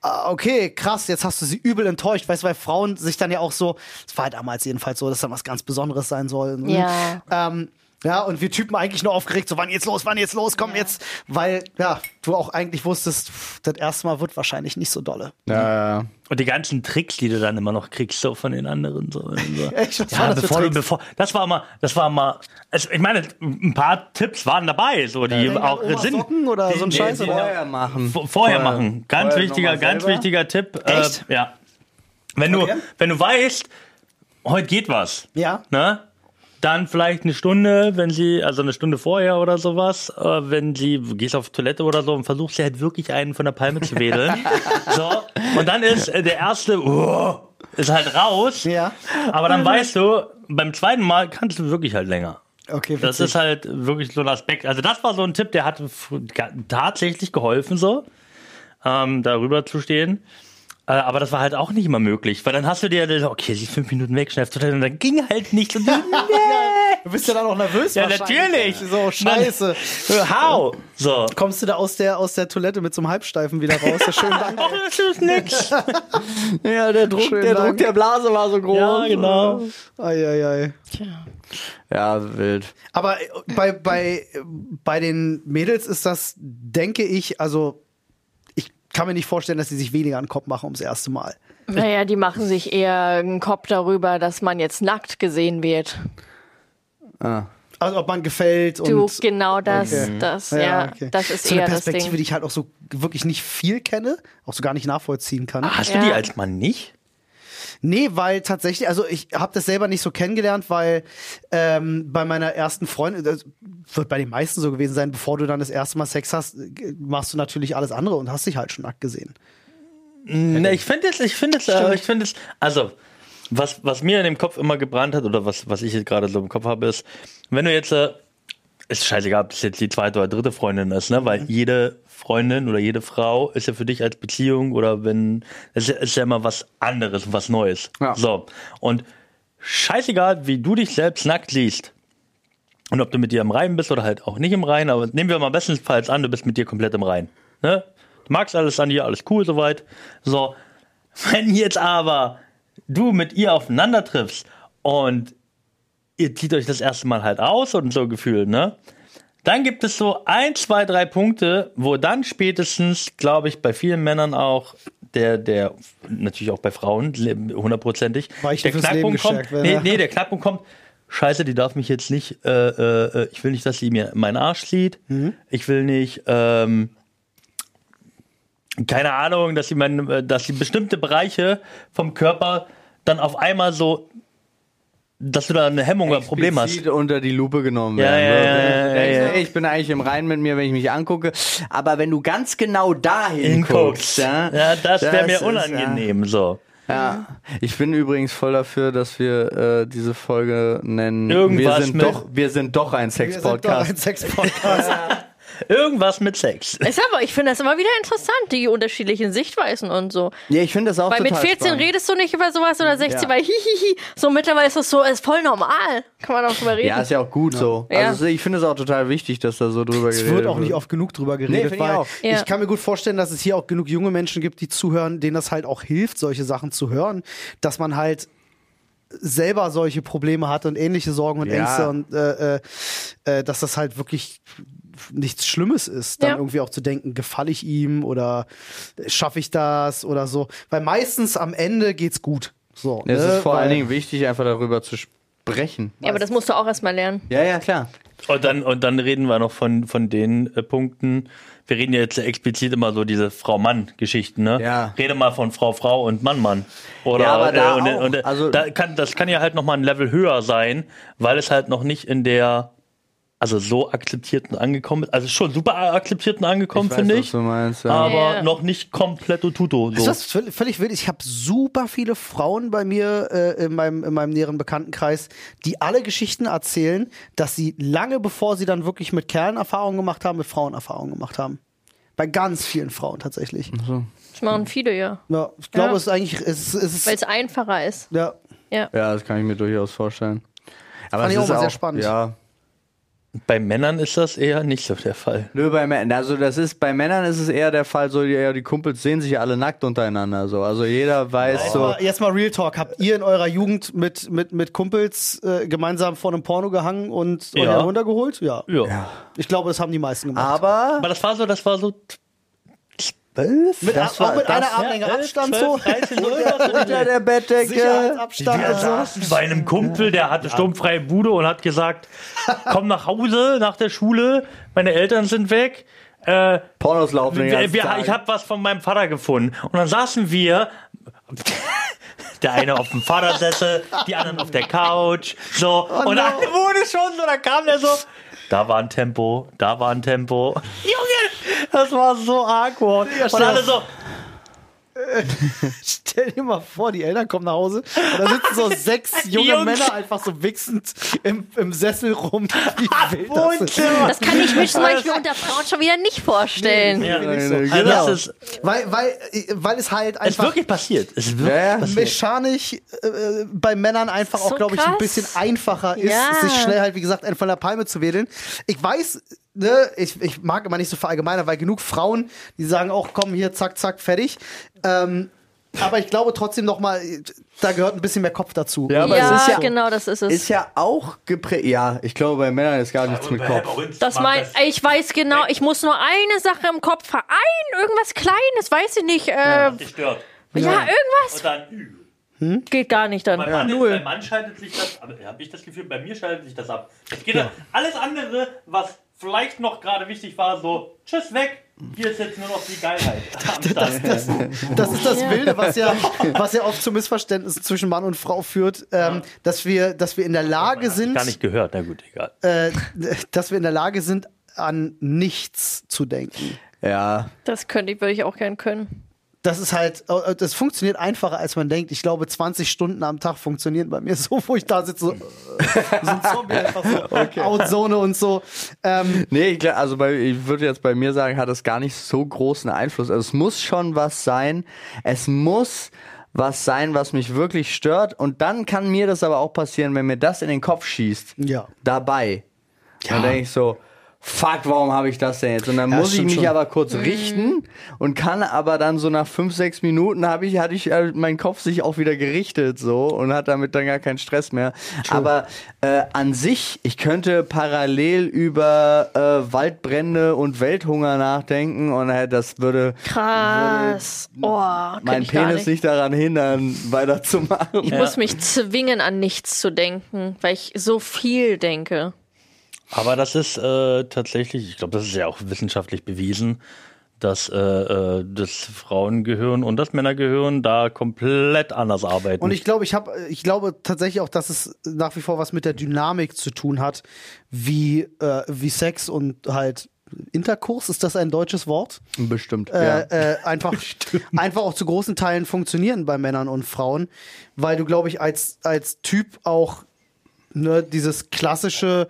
ah, Okay, krass, jetzt hast du sie übel enttäuscht, weißt du, weil Frauen sich dann ja auch so, es war halt damals jedenfalls so, dass dann was ganz Besonderes sein soll.
Ja.
Ähm, Mhm. ja, und wir Typen eigentlich nur aufgeregt, so wann jetzt los, wann jetzt los, komm jetzt. Weil, ja, du auch eigentlich wusstest, pff, das erste Mal wird wahrscheinlich nicht so dolle.
Ja, ja.
Und die ganzen Tricks, die du dann immer noch kriegst, so von den anderen. So.
Echt? Was
ja,
war das für
bevor du,
Tricks?
bevor, das war mal, das war mal, also ich meine, ein paar Tipps waren dabei, so die
Denk an
auch
Omas
Sinn.
Socken oder
die-
so ein
die-
Scheiß
die-
oder?
Vorher machen.
Vor- Vorher machen. Ganz
Ähm, vorher
wichtiger,
nochmal
ganz
selber.
wichtiger Tipp.
Echt?
Äh, ja. Wenn du,
Okay.
wenn du weißt, heute geht was,
Ja.
ne? Dann vielleicht eine Stunde, wenn sie, also eine Stunde vorher oder sowas, äh, wenn sie, du gehst auf Toilette oder so und versuchst ja halt wirklich einen von der Palme zu wedeln. so, und dann ist äh, der erste, oh, ist halt raus.
Ja.
Aber dann weißt du, beim zweiten Mal kannst du wirklich halt länger.
Okay, witzig.
Das ist halt wirklich so ein Aspekt. Also das war so ein Tipp, der hat fr- ga- tatsächlich geholfen, so ähm, darüber zu stehen. Äh, aber das war halt auch nicht immer möglich, weil dann hast du dir, okay, sie ist fünf Minuten weg, schnell auf Toilette und dann ging halt nichts. Und du,
Du bist ja dann auch nervös.
ja,
wahrscheinlich.
natürlich.
So, scheiße.
How? So.
Kommst du da aus der, aus der Toilette mit so einem Halbsteifen wieder raus? Ja, schönen Dank.
Oh, das ist nix.
Ja, der Druck,
Schönen
der,
Dank.
Druck der Blase war so groß.
ja, genau.
Eieiei.
Tja.
Ja, wild.
Aber äh, bei, bei, äh, bei den Mädels ist das, denke ich, also ich kann mir nicht vorstellen, dass sie sich weniger an den Kopf machen ums erste Mal.
Naja, die machen sich eher einen Kopf darüber, dass man jetzt nackt gesehen wird.
Ah.
Also ob man gefällt und
Du, genau das,
Okay.
das, ja,
okay.
das ist
so
eher
eine
das
Perspektive, die
Ding.
ich halt auch so wirklich nicht viel kenne, auch so gar nicht nachvollziehen kann.
Hast
Ja.
du die als Mann nicht?
Nee, weil tatsächlich, also ich habe das selber nicht so kennengelernt, weil ähm, bei meiner ersten Freundin, das wird bei den meisten so gewesen sein, bevor du dann das erste Mal Sex hast, äh, machst du natürlich alles andere und hast dich halt schon nackt gesehen.
Nee, ich finde es, ich finde es, äh, ich finde es, also, was, was mir in dem Kopf immer gebrannt hat oder was, was ich jetzt gerade so im Kopf habe, ist, wenn du jetzt, äh, ist scheißegal, ob das jetzt die zweite oder dritte Freundin ist, ne, weil jede Freundin oder jede Frau ist ja für dich als Beziehung oder wenn, es ist, ja- ist ja immer was anderes, was Neues.
Ja.
So. Und scheißegal, wie du dich selbst nackt siehst. Und ob du mit dir im Reinen bist oder halt auch nicht im Reinen, aber nehmen wir mal bestenfalls an, du bist mit dir komplett im Reinen. Ne? Du magst alles an dir, alles cool soweit. So, wenn jetzt aber du mit ihr aufeinander triffst und ihr zieht euch das erste Mal halt aus und so gefühlt, ne? Dann gibt es so ein, zwei, drei Punkte, wo dann spätestens, glaube ich, bei vielen Männern auch der, der, natürlich auch bei Frauen, le- hundertprozentig,
Weichen
der
fürs Leben
Knackpunkt kommt.
gestärkt werden,
Nee,
ja.
nee, der Knackpunkt kommt. Scheiße, die darf mich jetzt nicht, äh, äh, äh, ich will nicht, dass sie mir meinen Arsch sieht.
Mhm.
Ich will nicht, ähm, keine Ahnung, dass sie, mein, äh, dass sie bestimmte Bereiche vom Körper dann auf einmal so, dass du da eine Hemmung oder ein Problem hast.
Explizit unter die Lupe genommen
Ja,
werden. ne?
ja, ja,
Ich-
ja, ja.
Ich bin eigentlich im Reinen mit mir, wenn ich mich angucke. Aber wenn du ganz genau dahin guckst,
hinguckst.
ja,
Ja, das wäre mir
ist,
unangenehm. So.
Ja, ja. Ich bin übrigens voll dafür, dass wir äh, diese Folge nennen.
Irgendwas
wir sind
mit-
doch, wir sind doch ein
Wir sind doch
Sex-Podcast.
ein Sex-Podcast.
Irgendwas mit Sex.
Ist aber, ich finde das immer wieder interessant, die unterschiedlichen Sichtweisen und so.
Ja, ich finde das auch
Weil mit
total
14
spannend.
redest du nicht über sowas oder 16,
Ja.
weil hihihi. So mittlerweile ist das so, ist voll normal. Kann man auch drüber reden.
Ja, ist ja auch gut so.
Ja.
Also ich finde es auch total wichtig, dass da so drüber
Es
geredet
wird auch nicht oft genug drüber geredet,
find ich
weil
auch.
ich,
Ja.
kann mir gut vorstellen, dass es hier auch genug junge Menschen gibt, die zuhören, denen das halt auch hilft, solche Sachen zu hören, dass man halt selber solche Probleme hat und ähnliche Sorgen und
Ja.
Ängste und äh, äh, äh, dass das halt wirklich nichts Schlimmes ist, dann
Ja.
irgendwie auch zu denken, gefalle ich ihm oder schaffe ich das oder so, weil meistens am Ende geht's gut. So,
Es
ne?
ist vor
Weil-
allen Dingen wichtig, einfach darüber zu sprechen.
Ja, aber das musst du auch erstmal lernen.
Ja, ja, klar.
Und dann, und dann reden wir noch von, von den äh, Punkten. Wir reden ja jetzt explizit immer so diese Frau-Mann-Geschichten, ne?
Ja.
Rede mal von Frau-Frau und Mann-Mann. Oder,
Ja, aber da
äh, und,
auch.
und, äh,
Also-
da kann, das kann ja halt nochmal ein Level höher sein, weil es halt noch nicht in der, also so akzeptierten angekommen ist. Also schon super akzeptierten angekommen,
weiß,
finde
was
ich.
du meinst, ja.
Aber
Ja.
noch nicht komplett tuto. So.
Ist das völ- völlig wild? Ich habe super viele Frauen bei mir äh, in, meinem, in meinem näheren Bekanntenkreis, die alle Geschichten erzählen, dass sie lange bevor sie dann wirklich mit Kerlen Erfahrungen gemacht haben, mit Frauen Erfahrungen gemacht haben. Bei ganz vielen Frauen tatsächlich.
Das machen viele, ja.
Ja, ich glaube,
Ja.
es ist eigentlich. Es, ist- es
Weil
ist,
es einfacher ist.
ja.
Ja.
Ja, das kann ich mir durchaus vorstellen. Aber
Fand
es
ich auch
ist
mal sehr spannend.
Ja.
Bei Männern ist das eher nicht so der Fall.
Nö, bei Männern, also das ist, bei Männern ist es eher der Fall, so die, ja, die Kumpels sehen sich ja alle nackt untereinander, so. Also jeder weiß
Jetzt
so.
mal, jetzt mal Real Talk. Habt ihr in eurer Jugend mit, mit, mit Kumpels äh, gemeinsam vor einem Porno gehangen und euch
Ja.
einen runtergeholt? Ja.
Ja.
Ich glaube, das haben die meisten gemacht.
Aber,
Aber das war so, das war so
mit,
das
auch
war-
mit
das-
einer Armlänge
Ja, elf,
Abstand
zwölf,
so.
13, so irgendwas in
unter
der-
der Bettdecke.
Sicherheitsabstand
Wir
Also
und so.
saßen bei einem Kumpel, der hatte sturmfreie Bude und hat gesagt, komm nach Hause nach der Schule, meine Eltern sind weg. Äh,
Pornos laufen den
wir,
ganzen
wir,
Tag.
ich habe was von meinem Vater gefunden. Und dann saßen wir Der eine auf dem Vatersessel, die anderen auf der Couch. So. und dann wurde schon so, da kam der so. Da war ein Tempo, da war ein Tempo. Junge, das war so awkward. und alle so,
Stell dir mal vor, die Eltern kommen nach Hause und da sitzen so sechs junge
Jungs.
Männer einfach so wichsend im, im Sessel rum. Wie
Ah,
wild das ist.
Wohnzimmer.
Das kann ich mir zum Beispiel unter Frauen schon wieder nicht vorstellen.
Ja,
nicht so.
also das ist,
Weil, weil, weil es halt
es ist
einfach
wirklich passiert. Es ist wirklich
Ja, ja.
passiert.
mechanisch äh, bei Männern einfach auch,
So
glaube ich, ein
krass.
bisschen einfacher ist,
Ja.
sich schnell halt, wie gesagt, einen von der Palme zu wedeln. Ich weiß, ne, ich, ich mag immer nicht so verallgemeiner, weil genug Frauen, die sagen auch, komm hier, zack, zack, fertig. Ähm, aber ich glaube trotzdem nochmal, da gehört ein bisschen mehr Kopf dazu.
Ja, aber es
Ja,
ist ja-
genau, das ist es.
Ist ja auch geprägt. Ja, ich glaube, bei Männern ist gar nichts mit Kopf.
das mein, ich weiß genau, ich muss nur eine Sache im Kopf haben. Ein, irgendwas Kleines, weiß ich nicht. Äh, ja.
Stört.
irgendwas
Und dann,
geht gar nicht dann.
Mein Mann, mein Mann schaltet sich das, habe ich das Gefühl, bei mir schaltet sich das ab. Es geht dann- alles andere, was vielleicht noch gerade wichtig war, so, tschüss, weg, hier ist jetzt nur noch die Geilheit. Am Start.
Das ist das
Ja.
Wilde, was ja, was ja oft zu Missverständnissen zwischen Mann und Frau führt, ähm, dass, wir, dass wir in
Oh,
der Lage sind,
Gar nicht gehört, na gut, egal.
äh, dass wir in der Lage sind, an nichts zu denken.
Ja.
Das könnte ich, würde ich auch gern können.
Das ist halt, äh, das funktioniert einfacher, als man denkt. Ich glaube, 20 Stunden am Tag funktionieren bei mir so, wo ich da sitze, so, äh, so ein Zombie einfach so, Outzone und so. Ähm,
Nee, ich, glaub- also bei, ich würde jetzt bei mir sagen, hat das gar nicht so großen Einfluss. Also es muss schon was sein. Es muss was sein, was mich wirklich stört. Und dann kann mir das aber auch passieren, wenn mir das in den Kopf schießt.
Ja.
Dabei. Dann denke ich so, fuck, warum habe ich das denn jetzt? Und dann
Ja,
muss ich
stimmt
mich
schon.
aber kurz richten und kann aber dann so nach fünf, sechs Minuten habe ich, hatte ich äh, mein Kopf sich auch wieder gerichtet so und hat damit dann gar keinen Stress mehr. Aber äh, an sich, ich könnte parallel über äh, Waldbrände und Welthunger nachdenken und äh, das würde
Krass. Oh, kann
meinen
ich gar
Penis nicht. daran hindern, weiterzumachen.
Ich muss mich zwingen, an nichts zu denken, weil ich so viel denke.
Aber das ist äh, tatsächlich, ich glaube, das ist ja auch wissenschaftlich bewiesen, dass äh, äh, das Frauengehirn und das Männergehirn da komplett anders arbeiten.
und ich glaube, ich habe, ich glaube tatsächlich auch, dass es nach wie vor was mit der Dynamik zu tun hat, wie, äh, wie Sex und halt Interkurs, ist das ein deutsches Wort?
Bestimmt. ja.
äh, äh, einfach, einfach auch zu großen Teilen funktionieren bei Männern und Frauen, weil du, glaube ich, als, als Typ auch ne, dieses klassische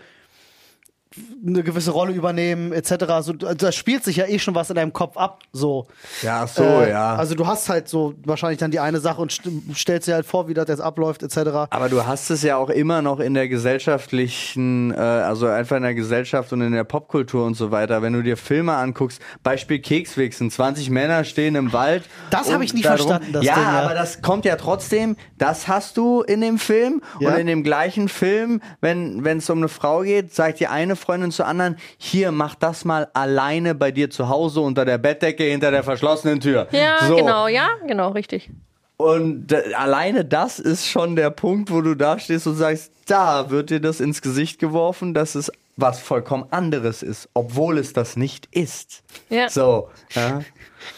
eine gewisse Rolle übernehmen, etc. So, da spielt sich ja eh schon was in deinem Kopf ab. So.
Ja, ach so, ja.
Also du hast halt so wahrscheinlich dann die eine Sache und st stellst dir halt vor, wie das jetzt abläuft, etc.
Aber du hast es ja auch immer noch in der gesellschaftlichen, äh, also einfach in der Gesellschaft und in der Popkultur und so weiter. Wenn du dir Filme anguckst, Beispiel Kekswichsen, 20 Männer stehen im Wald.
Das hab
und
ich nie
darum-
verstanden, das
ja,
Ding, ja.
aber das kommt ja trotzdem, das hast du in dem Film
Ja.
und in dem gleichen Film, wenn es um eine Frau geht, sagt die eine Freundin zur anderen, hier, mach das mal alleine bei dir zu Hause unter der Bettdecke hinter der verschlossenen Tür.
Ja,
So.
genau, ja, genau, richtig.
Und d- alleine das ist schon der Punkt, wo du da stehst und sagst, da wird dir das ins Gesicht geworfen, dass es was vollkommen anderes ist, obwohl es das nicht ist.
Ja.
So. Ja.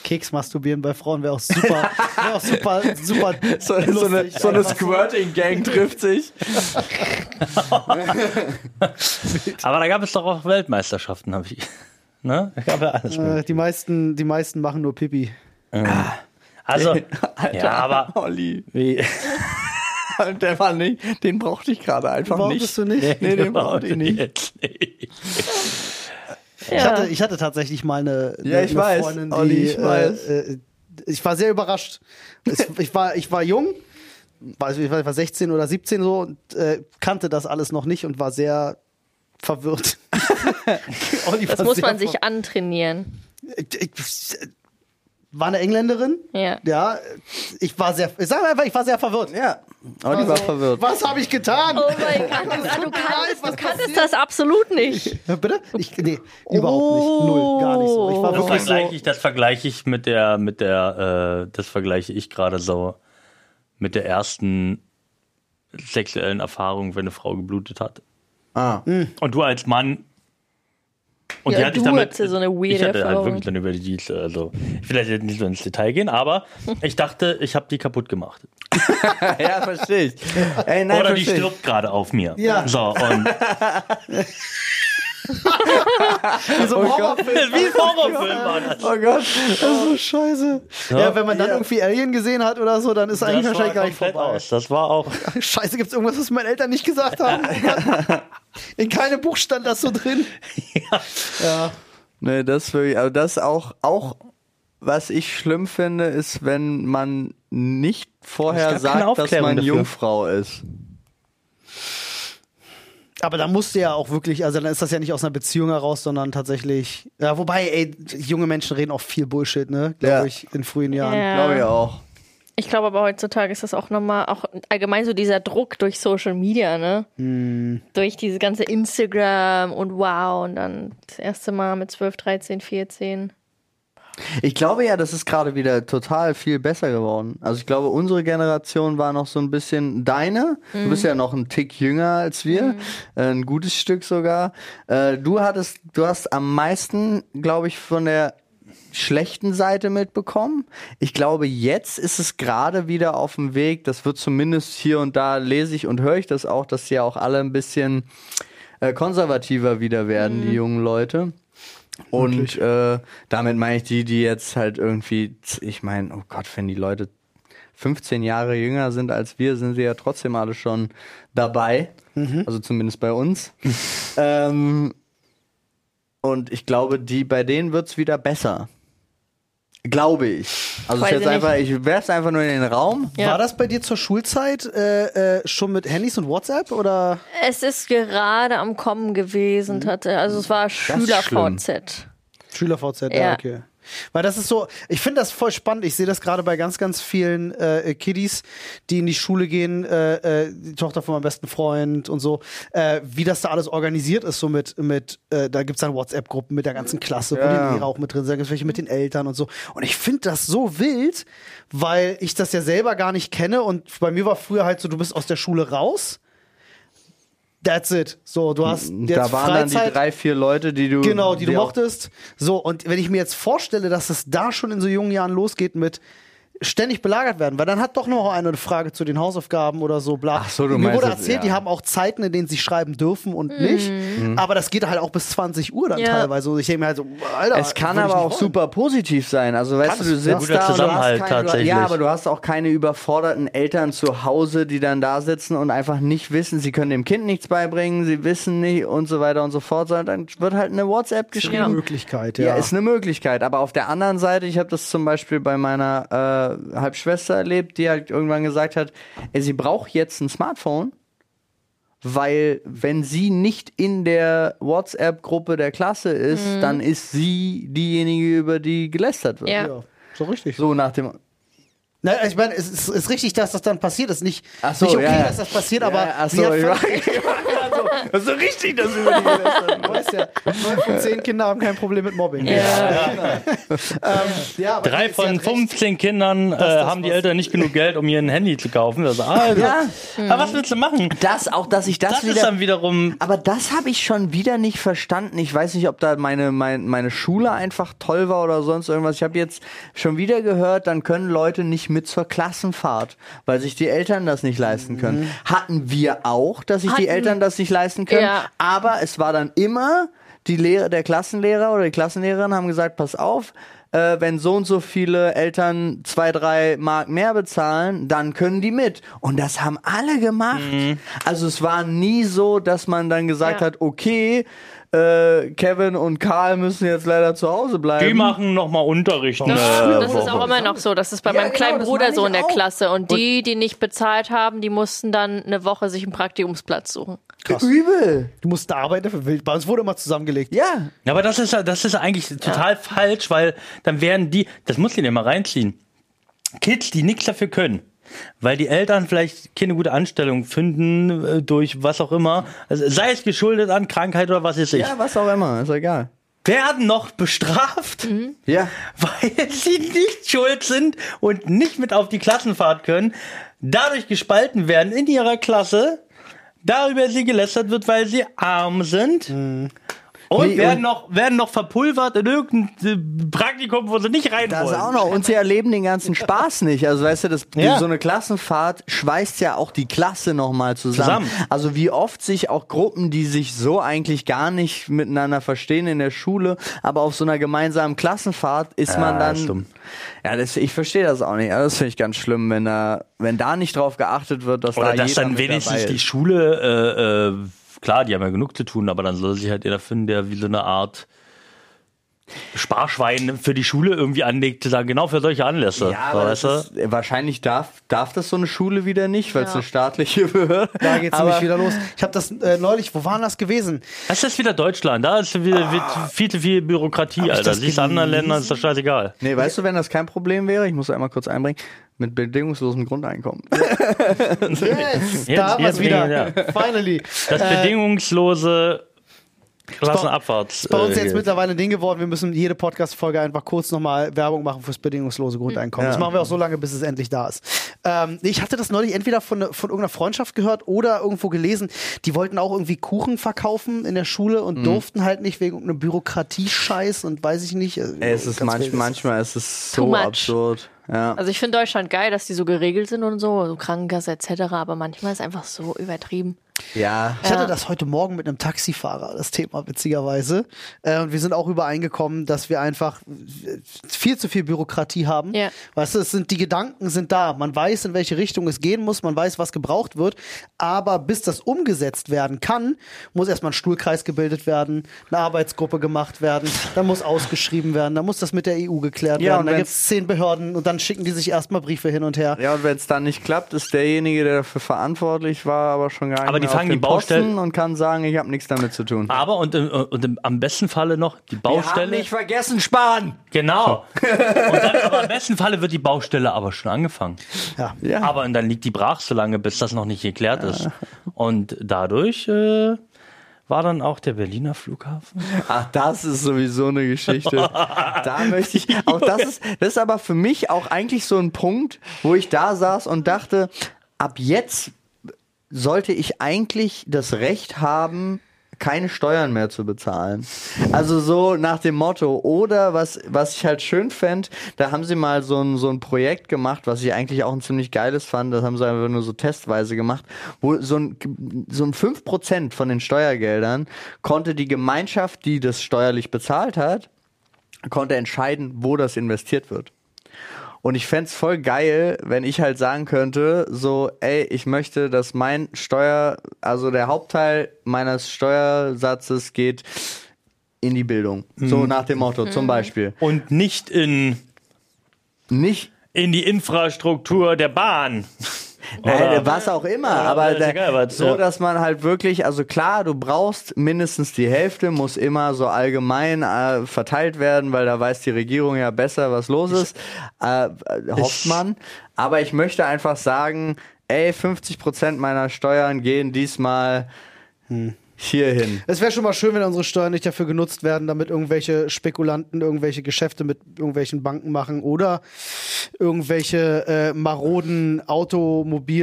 Keks masturbieren bei Frauen wäre auch super, wäre auch super, super.
So, so eine,
lustig,
so eine
einfach
Squirting-Gang trifft sich.
Aber da gab es doch auch Weltmeisterschaften, habe ich. Ne? Da gab ja alles
Äh,
mögliche.
die, meisten, die meisten machen nur Pipi.
Also,
Alter,
ja, aber
Olli.
wie,
Der war nicht, den brauchte ich gerade einfach
Warum
nicht.
bist du nicht?
Nee, den brauchte ich nicht.
Jetzt nicht.
Ich,
Ja.
hatte, ich hatte tatsächlich mal eine,
Ja,
eine,
ich
eine
weiß,
Freundin, die,
Olli, ich
äh,
weiß.
Äh, ich war sehr überrascht. Es, ich, war, ich war jung, weiß nicht, ich war 16 oder 17 so und äh, kannte das alles noch nicht und war sehr verwirrt. Olli
Das
war
muss
sehr
man sich
ver-
antrainieren.
Ich- ich- War eine Engländerin?
Ja.
Ja, ich war sehr, ich sag einfach, ich war sehr verwirrt.
Ja, Olli war
Also,
verwirrt.
Was habe ich getan?
Oh mein Gott, du kanntest, du kanntest das absolut nicht.
Ja, Bitte? Ich, nee, überhaupt nicht. Null, gar nicht so. Ich war
Oh.
wirklich so.
Das vergleiche ich, das vergleiche ich mit der, mit der, äh, das vergleiche ich gerade so mit der ersten sexuellen Erfahrung, wenn eine Frau geblutet hat.
Ah.
Und du als Mann Und
Ja,
die hatte ich
du
damit.
hattest so eine weirde
ich hatte halt
Erfahrung.
wirklich dann über die, die- also ich will jetzt nicht so ins Detail gehen, aber ich dachte, ich habe die kaputt gemacht.
ja, verstehe ich. Ey, nein,
Oder die
verstehe ich.
stirbt gerade auf mir.
Ja.
So, und
Wie so ein Horrorfilm.
wie ein Horrorfilm war das.
Oh Gott, das ist so scheiße.
also Ja. wenn man dann irgendwie Alien gesehen hat oder so, dann ist eigentlich
Das war
wahrscheinlich gar nicht
komplett
vorbei.
aus. Das war auch.
Scheiße, gibt's irgendwas, was meine Eltern nicht gesagt haben? In keinem Buch stand das so drin. Ja.
Nee, das ist wirklich, also das auch, auch, was ich schlimm finde, ist, wenn man nicht
Es
vorher
gab keine
sagt, dass
Aufklärung
man
dafür.
Jungfrau ist.
Aber da musst du ja auch wirklich, also dann ist das ja nicht aus einer Beziehung heraus, sondern tatsächlich. Ja, wobei, ey, junge Menschen reden auch viel Bullshit, ne? Glaube
Ja.
ich, in frühen Jahren.
Ja.
Glaube ich auch.
Ich glaube aber heutzutage ist das auch nochmal, auch allgemein so dieser Druck durch Social Media, ne?
Hm.
Durch diese ganze Instagram und wow und dann das erste Mal mit 12, 13, 14.
Ich glaube ja, das ist gerade wieder total viel besser geworden. Also ich glaube, unsere Generation war noch so ein bisschen deine. Du bist ja noch ein Tick jünger als wir, äh, ein gutes Stück sogar. Äh, du hattest, du hast am meisten, glaube ich, von der schlechten Seite mitbekommen. Ich glaube, jetzt ist es gerade wieder auf dem Weg. Das wird zumindest hier und da lese ich und höre ich das auch, dass sie ja auch alle ein bisschen äh, konservativer wieder werden,
Mhm.
die jungen Leute. Und äh, damit meine ich die, die jetzt halt irgendwie, z- ich meine, oh Gott, wenn die Leute 15 Jahre jünger sind als wir, sind sie ja trotzdem alle schon dabei.
Mhm.
Also zumindest bei uns. ähm, und ich glaube, die, bei denen wird es wieder besser. Glaube ich. Also ist
Weiß
jetzt
ich nicht.
einfach, ich werf's einfach nur in den Raum.
Ja.
War das bei dir zur Schulzeit äh, äh, schon mit Handys und WhatsApp oder?
Es ist gerade am Kommen gewesen, hatte. Also es war
Mhm. ist
Schüler-VZ.
SchülerVZ, ja.
Ja.
okay. Weil das ist so, ich finde das voll spannend. Ich sehe das gerade bei ganz, ganz vielen äh, Kiddies, die in die Schule gehen, äh, äh, die Tochter von meinem besten Freund und so, äh, wie das da alles organisiert ist, so mit, mit äh, da gibt es dann WhatsApp-Gruppen mit der ganzen Klasse, wo die Lehrer auch mit drin sind, da gibt's welche mit den Eltern und so. Und ich finde das so wild, weil ich das ja selber gar nicht kenne. Und bei mir war früher halt so, du bist aus der Schule raus. That's it. So, du hast jetzt
da waren
Freizeit.
dann die drei, vier Leute, die du.
Genau, die du
auch-
mochtest. So, und wenn ich mir jetzt vorstelle, dass es da schon in so jungen Jahren losgeht mit ständig belagert werden, weil dann hat doch noch einer eine Frage zu den Hausaufgaben oder so, bla.
Ach so, du
Mir
meinst
wurde
jetzt,
erzählt, die
ja. Mhm.
haben auch Zeiten, in denen sie schreiben dürfen und nicht, aber das geht halt auch bis 20 Uhr dann
Mhm. Ja.
teilweise. Und ich denke mir halt so, Alter.
Es
würd
kann
ich
aber
nicht
auch
wollen.
super positiv sein. Also weißt du, du
es, ja.
sitzt
Guter
da und du hast
Zusammenhalt
keine,
tatsächlich.
Ja, aber du hast auch keine überforderten Eltern zu Hause, die dann da sitzen und einfach nicht wissen, sie können dem Kind nichts beibringen, sie wissen nicht und so weiter und so fort, sondern dann wird halt eine WhatsApp
Eine
geschrieben.
Möglichkeit,
Ja,
ja.
ist eine Möglichkeit. Aber auf der anderen Seite, ich habe das zum Beispiel bei meiner äh, Halbschwester erlebt, die halt irgendwann gesagt hat, ey, sie braucht jetzt ein Smartphone, weil wenn sie nicht in der WhatsApp-Gruppe der Klasse ist, dann ist sie diejenige, über die gelästert wird.
Ja.
ja. So richtig.
So nach dem.
Na, ich meine, es ist, ist richtig, dass das dann passiert ist. Nicht,
Ach so,
nicht okay,
ja, ja.
dass das passiert,
Ja,
aber
ja, ach
sie
so,
hat
ich
völlig
war-
recht.
Das ist so richtig, dass über die gelästert wird.
Du weißt ja, neun von zehn Kinder haben kein Problem mit Mobbing.
Ja.
Ähm, ja, aber
Drei
sie
von
hat recht.
15 Kindern äh, haben die
was-
Eltern nicht genug Geld, um ihr ein Handy zu kaufen. Also, ah, also,
Ja.
Aber was willst du machen?
Das, auch dass ich das,
Das
wieder.
ist dann
Ähm, Mhm.
wiederum.
Aber das habe ich schon wieder nicht verstanden. Ich weiß nicht, ob da meine, mein, meine Schule einfach toll war oder sonst irgendwas. Ich habe jetzt schon wieder gehört, dann können Leute nicht mit zur Klassenfahrt, weil sich die Eltern das nicht leisten können. Hatten wir auch, dass sich die
Mhm. Hatten-
Eltern das nicht leisten können.
Ja.
Aber es war dann immer, die Lehrer, der Klassenlehrer oder die Klassenlehrerin haben gesagt, pass auf, äh, wenn so und so viele Eltern zwei, drei Mark mehr bezahlen, dann können die mit. Und das haben alle gemacht.
Mhm.
Also es war nie so, dass man dann gesagt
Ja.
hat, okay, äh, Kevin und Karl müssen jetzt leider zu Hause bleiben.
Die machen nochmal Unterricht. ne? eine
Das ist
Woche.
auch immer noch so. Das ist bei
Ja,
meinem
genau,
kleinen
das meine
Bruder
ich
so in der
auch.
Klasse. Und die, die nicht bezahlt haben, die mussten dann eine Woche sich einen Praktikumsplatz suchen.
Übel.
Du musst da arbeiten für wild. Bei uns wurde immer zusammengelegt.
Ja.
Ja, aber das ist, ja- das ist ja eigentlich total falsch, weil dann werden die, das muss ich dir mal reinziehen, Kids, die nichts dafür können, weil die Eltern vielleicht keine gute Anstellung finden äh, durch was auch immer, also sei es geschuldet an Krankheit oder was weiß ich,
Ja, was auch immer, ist egal.
werden noch bestraft,
Ja.
weil sie nicht schuld sind und nicht mit auf die Klassenfahrt können, dadurch gespalten werden in ihrer Klasse, darüber sie gelästert wird, weil sie arm sind. Und
Nee,
werden,
Mhm. und-
noch, werden noch verpulvert in irgendein äh, Praktikum, wo sie nicht rein
Das
wollen.
auch noch. Und sie erleben den ganzen Spaß nicht. Also weißt du, das,
Ja.
so eine Klassenfahrt schweißt ja auch die Klasse nochmal zusammen.
Zusammen.
Also wie oft sich auch Gruppen, die sich so eigentlich gar nicht miteinander verstehen in der Schule, aber auf so einer gemeinsamen Klassenfahrt ist man dann.
stimmt.
Ja, das, ich verstehe das auch nicht. Also das finde ich ganz schlimm, wenn da, wenn da nicht drauf geachtet wird, dass
Oder
da
dass
jeder
dann
mit
wenigstens
dabei
die
ist.
Schule, äh, äh, klar, die haben ja genug zu tun, aber dann soll sich halt jeder finden, der wie so eine Art Sparschwein für die Schule irgendwie anlegt, zu sagen, genau für solche Anlässe.
ja,
so,
aber das
weißt du?
ist, wahrscheinlich darf, darf das so eine Schule wieder nicht, weil es
Ja.
eine staatliche Behörde
Da geht's
Aber-
nämlich wieder los. Ich habe das äh, neulich, wo war denn das gewesen?
das ist wieder Deutschland, da ist wieder wird viel zu viel Bürokratie, Alter.
das
Siehst du anderen Ländern ist das scheißegal.
Nee, weißt du, wenn das kein Problem wäre, ich muss einmal kurz einbringen, mit bedingungslosem Grundeinkommen.
Yes,
Jetzt-
da haben wir's
jetzt
wieder.
bin
Finally.
Das bedingungslose Klassenabfahrt. äh,
Bei
äh,
uns jetzt mittlerweile ein Ding geworden, wir müssen jede Podcast-Folge einfach kurz nochmal Werbung machen fürs bedingungslose Grundeinkommen.
Ja.
Das machen wir auch so lange, bis es endlich da ist. Ähm, nee, ich hatte das neulich entweder von, ne- von irgendeiner Freundschaft gehört oder irgendwo gelesen. Die wollten auch irgendwie Kuchen verkaufen in der Schule
Mhm.
und durften halt nicht wegen irgendeinem Bürokratiescheiß und weiß ich nicht. Also,
Es ist
ganz
manch,
wild.
manchmal ist es
Too
so
much.
absurd. Ja.
Also ich finde Deutschland geil, dass die so geregelt sind und so, so Krankenkasse etc., aber manchmal ist einfach so übertrieben.
ja.
Ich hatte das heute Morgen mit einem Taxifahrer, das Thema, witzigerweise. Äh, und wir sind auch übereingekommen, dass wir einfach äh, viel zu viel Bürokratie haben.
Ja.
Weißt du, es sind, die Gedanken sind da. Man weiß, in welche Richtung es gehen muss, man weiß, was gebraucht wird. Aber bis das umgesetzt werden kann, muss erstmal ein Stuhlkreis gebildet werden, eine Arbeitsgruppe gemacht werden, dann muss ausgeschrieben werden, dann muss das mit der EU geklärt
Ja,
werden.
und
Dann
wenn's-
gibt es zehn Behörden und dann schicken die sich erstmal Briefe hin und her.
Ja, und wenn es dann nicht klappt, ist derjenige, der dafür verantwortlich war, aber schon gar nicht
Aber die
mehr auf
fangen die
dem Posten
Baustellen-
und kann sagen, ich habe nichts damit zu tun.
Aber und, im- und im, am besten Falle noch die Baustelle.
vergessen, sparen!
genau. und dann, aber am besten Falle wird die Baustelle aber schon angefangen.
Ja.
Ja.
Aber und dann liegt die brach so lange, bis das noch nicht geklärt ist. Und dadurch äh, war dann auch der Berliner Flughafen.
Ach, das ist sowieso eine Geschichte. da möchte ich, auch das ist, das ist aber für mich auch eigentlich so ein Punkt, wo ich da saß und dachte, ab jetzt sollte ich eigentlich das Recht haben, keine Steuern mehr zu bezahlen. Also so nach dem Motto. Oder was, was ich halt schön fänd, da haben sie mal so ein, so ein Projekt gemacht, was ich eigentlich auch ein ziemlich geiles fand, das haben sie einfach nur so testweise gemacht, wo so ein, so ein 5% von den Steuergeldern konnte die Gemeinschaft, die das steuerlich bezahlt hat, konnte entscheiden, wo das investiert wird. Und ich fänd's voll geil, wenn ich halt sagen könnte, so, ey, ich möchte, dass mein Steuer, also der Hauptteil meines Steuersatzes geht in die Bildung. So nach dem Motto, zum Beispiel.
Und nicht in,
Nicht,
in die Infrastruktur der Bahn.
nein, ne, was auch immer,
Oder-
aber
ist
da,
egal, was,
so,
ja.
dass man halt wirklich, also klar, du brauchst mindestens die Hälfte, muss immer so allgemein äh, verteilt werden, weil da weiß die Regierung ja besser, was los ist, äh, hofft
ich-
man. Aber ich möchte einfach sagen, ey, 50% meiner Steuern gehen diesmal
Hm.
hierhin.
Es wäre schon mal schön, wenn unsere Steuern nicht dafür genutzt werden, damit irgendwelche Spekulanten irgendwelche Geschäfte mit irgendwelchen Banken machen oder irgendwelche äh, maroden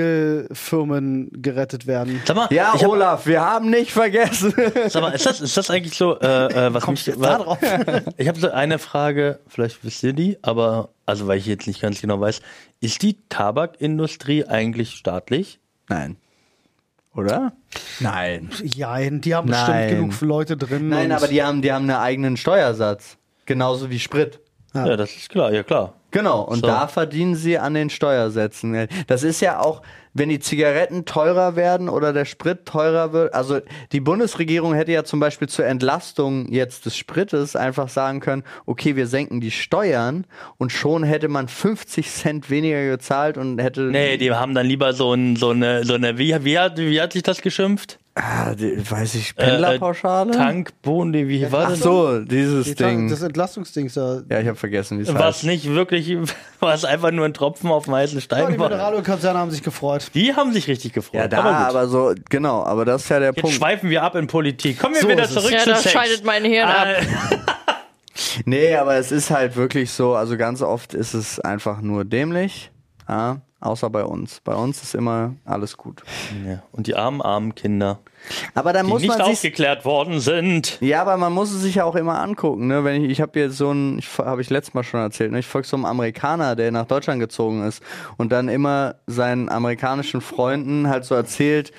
Automobilfirmen gerettet werden.
Sag mal,
Ja,
ich hab,
Olaf, wir haben nicht vergessen.
sag mal, ist das, ist das eigentlich so, äh, äh, was mich,
Da drauf.
Ich habe so eine Frage, vielleicht wisst ihr die, aber, also weil ich jetzt nicht ganz genau weiß, ist die Tabakindustrie eigentlich staatlich?
Nein. Oder? Nein.
Jein, die haben
Nein.
bestimmt genug Leute drin.
Nein,
und-
aber die haben, die haben einen eigenen Steuersatz. Genauso wie Sprit.
Ja, das ist klar, ja klar.
Genau, und
So.
da verdienen sie an den Steuersätzen. Das ist ja auch, wenn die Zigaretten teurer werden oder der Sprit teurer wird. Also die Bundesregierung hätte ja zum Beispiel zur Entlastung jetzt des Sprites einfach sagen können, okay, wir senken die Steuern und schon hätte man 50 Cent weniger gezahlt und hätte...
Nee, die haben dann lieber so, ein, so eine, so eine wie, wie, hat, wie hat sich das geschimpft?
Ah, die, weiß ich,
Äh, äh,
Pendlerpauschale?
Tankbohnen, die- wie war
Ach
das?
so, dieses
Die Tan-
Ding.
Das Entlastungsding da.
ja, ich habe vergessen, wie es
Was
heißt.
nicht wirklich, was einfach nur ein Tropfen auf dem heißen
Ja,
Stein
genau.
die
war.
Mineralölkonzerne haben sich gefreut.
Die haben sich richtig gefreut.
Ja, da,
aber
aber,
gut.
so, genau, aber das ist ja der
Jetzt
Punkt.
schweifen wir ab in Politik. Kommen wir
So
wieder
ist es.
zurück
Ja,
zu
da
Sex. Äh,
schaltet mein Hirn ab.
Nee, aber es ist halt wirklich so, also ganz oft ist es einfach nur dämlich. Ja, außer bei uns. Bei uns ist immer alles gut.
Ja. Und die armen, armen Kinder,
Aber da
die
muss
nicht
man sich
aufgeklärt worden sind.
Ja, aber man muss es sich ja auch immer angucken. Ne? Wenn ich, ich habe jetzt so einen, habe ich letztes Mal schon erzählt, ne? ich folge so einem Amerikaner, der nach Deutschland gezogen ist und dann immer seinen amerikanischen Freunden halt so erzählt,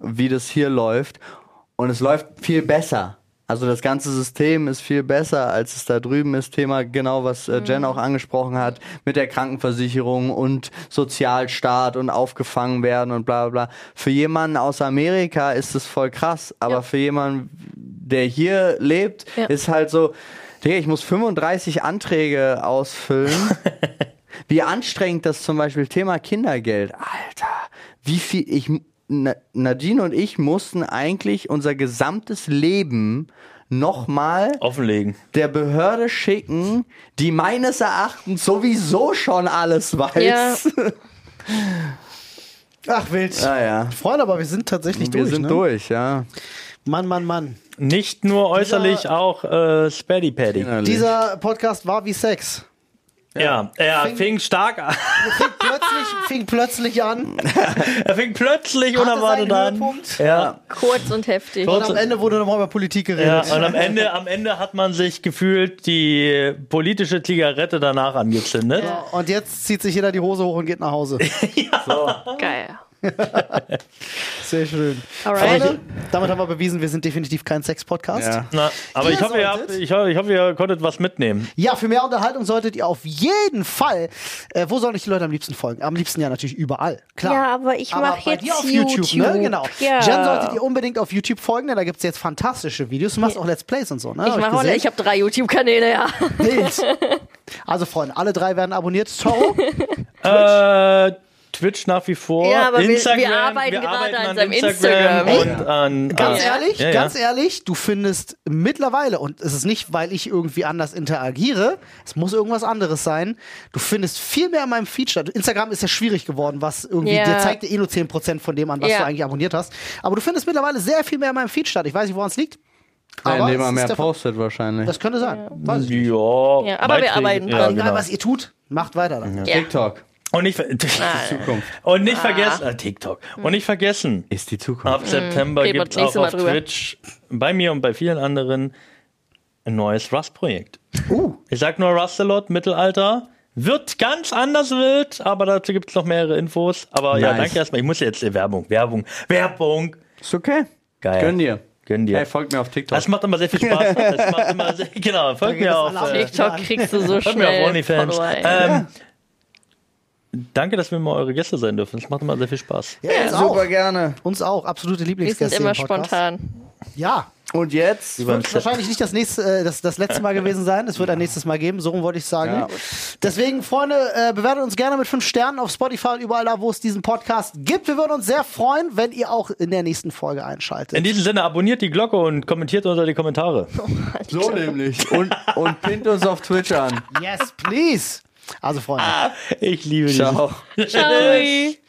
wie das hier läuft. Und es läuft viel besser. Also das ganze System ist viel besser, als es da drüben ist. Thema genau, was äh,
Mhm.
Jen auch angesprochen hat, mit der Krankenversicherung und Sozialstaat und aufgefangen werden und bla bla bla. Für jemanden aus Amerika ist es voll krass, aber
Ja.
für jemanden, der hier lebt,
Ja.
ist halt so, Digga, ich muss 35 Anträge ausfüllen. wie anstrengend das zum Beispiel Thema Kindergeld. Alter, wie viel ich Na- Nadine und ich mussten eigentlich unser gesamtes Leben nochmal
Offenlegen.
der Behörde schicken, die meines Erachtens sowieso schon alles weiß.
Ach, wild.
Ja, ja.
Freunde, aber wir sind tatsächlich
Wir
durch.
sind
ne?
durch, ja.
Mann, Mann, Mann.
Nicht nur äußerlich, auch äh, Spaddy Paddy. Ja,
Dieser Podcast war wie Sex.
er
Fing-
fing, stark an.
Fing plötzlich, fing plötzlich an
Er fing plötzlich
Hatte
unerwartet
seinen
an.
Höhepunkt.
Ja.
Kurz und heftig.
und am Ende wurde nochmal über Politik
Ja,
geredet.
und am Ende, am Ende hat man sich gefühlt die politische Zigarette danach angezündet.
Und jetzt zieht sich jeder die Hose hoch und geht nach Hause.
Geil.
Sehr schön.
Alright.
Freunde, damit haben wir bewiesen, wir sind definitiv kein Sex-Podcast.
Ja.
Na, aber
Ihr
ich hoffe, ihr
solltet-
habt, ich, hoffe, ich hoffe, ihr konntet was mitnehmen.
Ja, für mehr Unterhaltung solltet ihr auf jeden Fall. Äh, wo sollen euch die Leute am liebsten folgen? Am liebsten ja natürlich überall. Klar.
Ja, aber ich
Aber
mach
bei
jetzt
dir auf YouTube. ne?
YouTube.
Genau.
Ja.
Jen solltet ihr unbedingt auf YouTube folgen, denn da gibt's jetzt fantastische Videos. Du machst auch Let's Plays und so, ne?
Ich, mach auch, ich habe drei YouTube-Kanäle, ja.
Bild. Also, Freunde, alle drei werden abonniert. Ciao.
Äh, Twitch nach wie vor.
Ja, aber wir- wir
Instagram,
arbeiten gerade an
an
seinem
Instagram,
Instagram.
und an.
Ganz
an,
ehrlich,
ja, ja.
ganz ehrlich, du findest mittlerweile, und es ist nicht, weil ich irgendwie anders interagiere, es muss irgendwas anderes sein, du findest viel mehr in meinem Feed statt. Instagram ist ja schwierig geworden, was irgendwie,
Ja.
dir zeigt dir eh nur 10% von dem an, was
Ja.
du eigentlich abonniert hast. Aber du findest mittlerweile sehr viel mehr in meinem Feed statt. Ich weiß nicht, woran es liegt. Aber es
Indem er
ist
mehr
der Fall.
postet wahrscheinlich.
Das könnte sein. Weiß ich. nicht.
Ja,
Ja, aber wir
Beiträge,
arbeiten
ja,
dran.
Egal,
genau.
was ihr tut, macht weiter dann.
Ja.
TikTok.
Und nicht, ver-
Zukunft.
und nicht vergessen, ah, TikTok. Und nicht vergessen,
Ist die
Ah.
Zukunft.
ab
Hm.
September
Reden wir
gibt es auch
nächstes Mal
auf
drüber.
Twitch bei mir und bei vielen anderen ein neues Rust-Projekt.
Uh.
Ich sag nur Rustalot, Mittelalter. Wird ganz anders wild, aber dazu gibt es noch mehrere Infos. Aber ja,
Nice.
danke erstmal. Ich muss jetzt äh, Werbung, Werbung, Werbung.
Ist okay.
Geil.
Gönn dir.
Gönn dir.
Hey, folgt mir auf TikTok.
Das macht immer sehr viel Spaß. Das macht immer sehr, genau, folgt
das
mir auf,
alle
äh,
auf.
TikTok kriegst du so
folgt mir auf
schnell.
OnlyFans.
Follower, ey.
Ähm, Danke, dass wir mal eure Gäste sein dürfen. Das macht immer sehr viel Spaß.
Ja, uns
Super
auch.
gerne.
Uns auch, absolute
Wir
Lieblingsgäste.
sind immer
im Podcast.
spontan.
Ja,
Und jetzt?
Über den
wird wahrscheinlich nicht das, nächste, äh, das, das letzte Mal gewesen sein. Es wird ein nächstes Mal geben, so rum wollte ich sagen.
Ja.
Deswegen, Freunde, äh, bewertet uns gerne mit fünf Sternen auf Spotify und überall da, wo es diesen Podcast gibt. Wir würden uns sehr freuen, wenn ihr auch in der nächsten Folge einschaltet.
In diesem Sinne, abonniert die Glocke und kommentiert unter die Kommentare.
So nämlich. Und, und pinnt uns auf Twitch an.
Yes, please. Also, Freunde.
Ich liebe dich.
Ciao.
Ciao.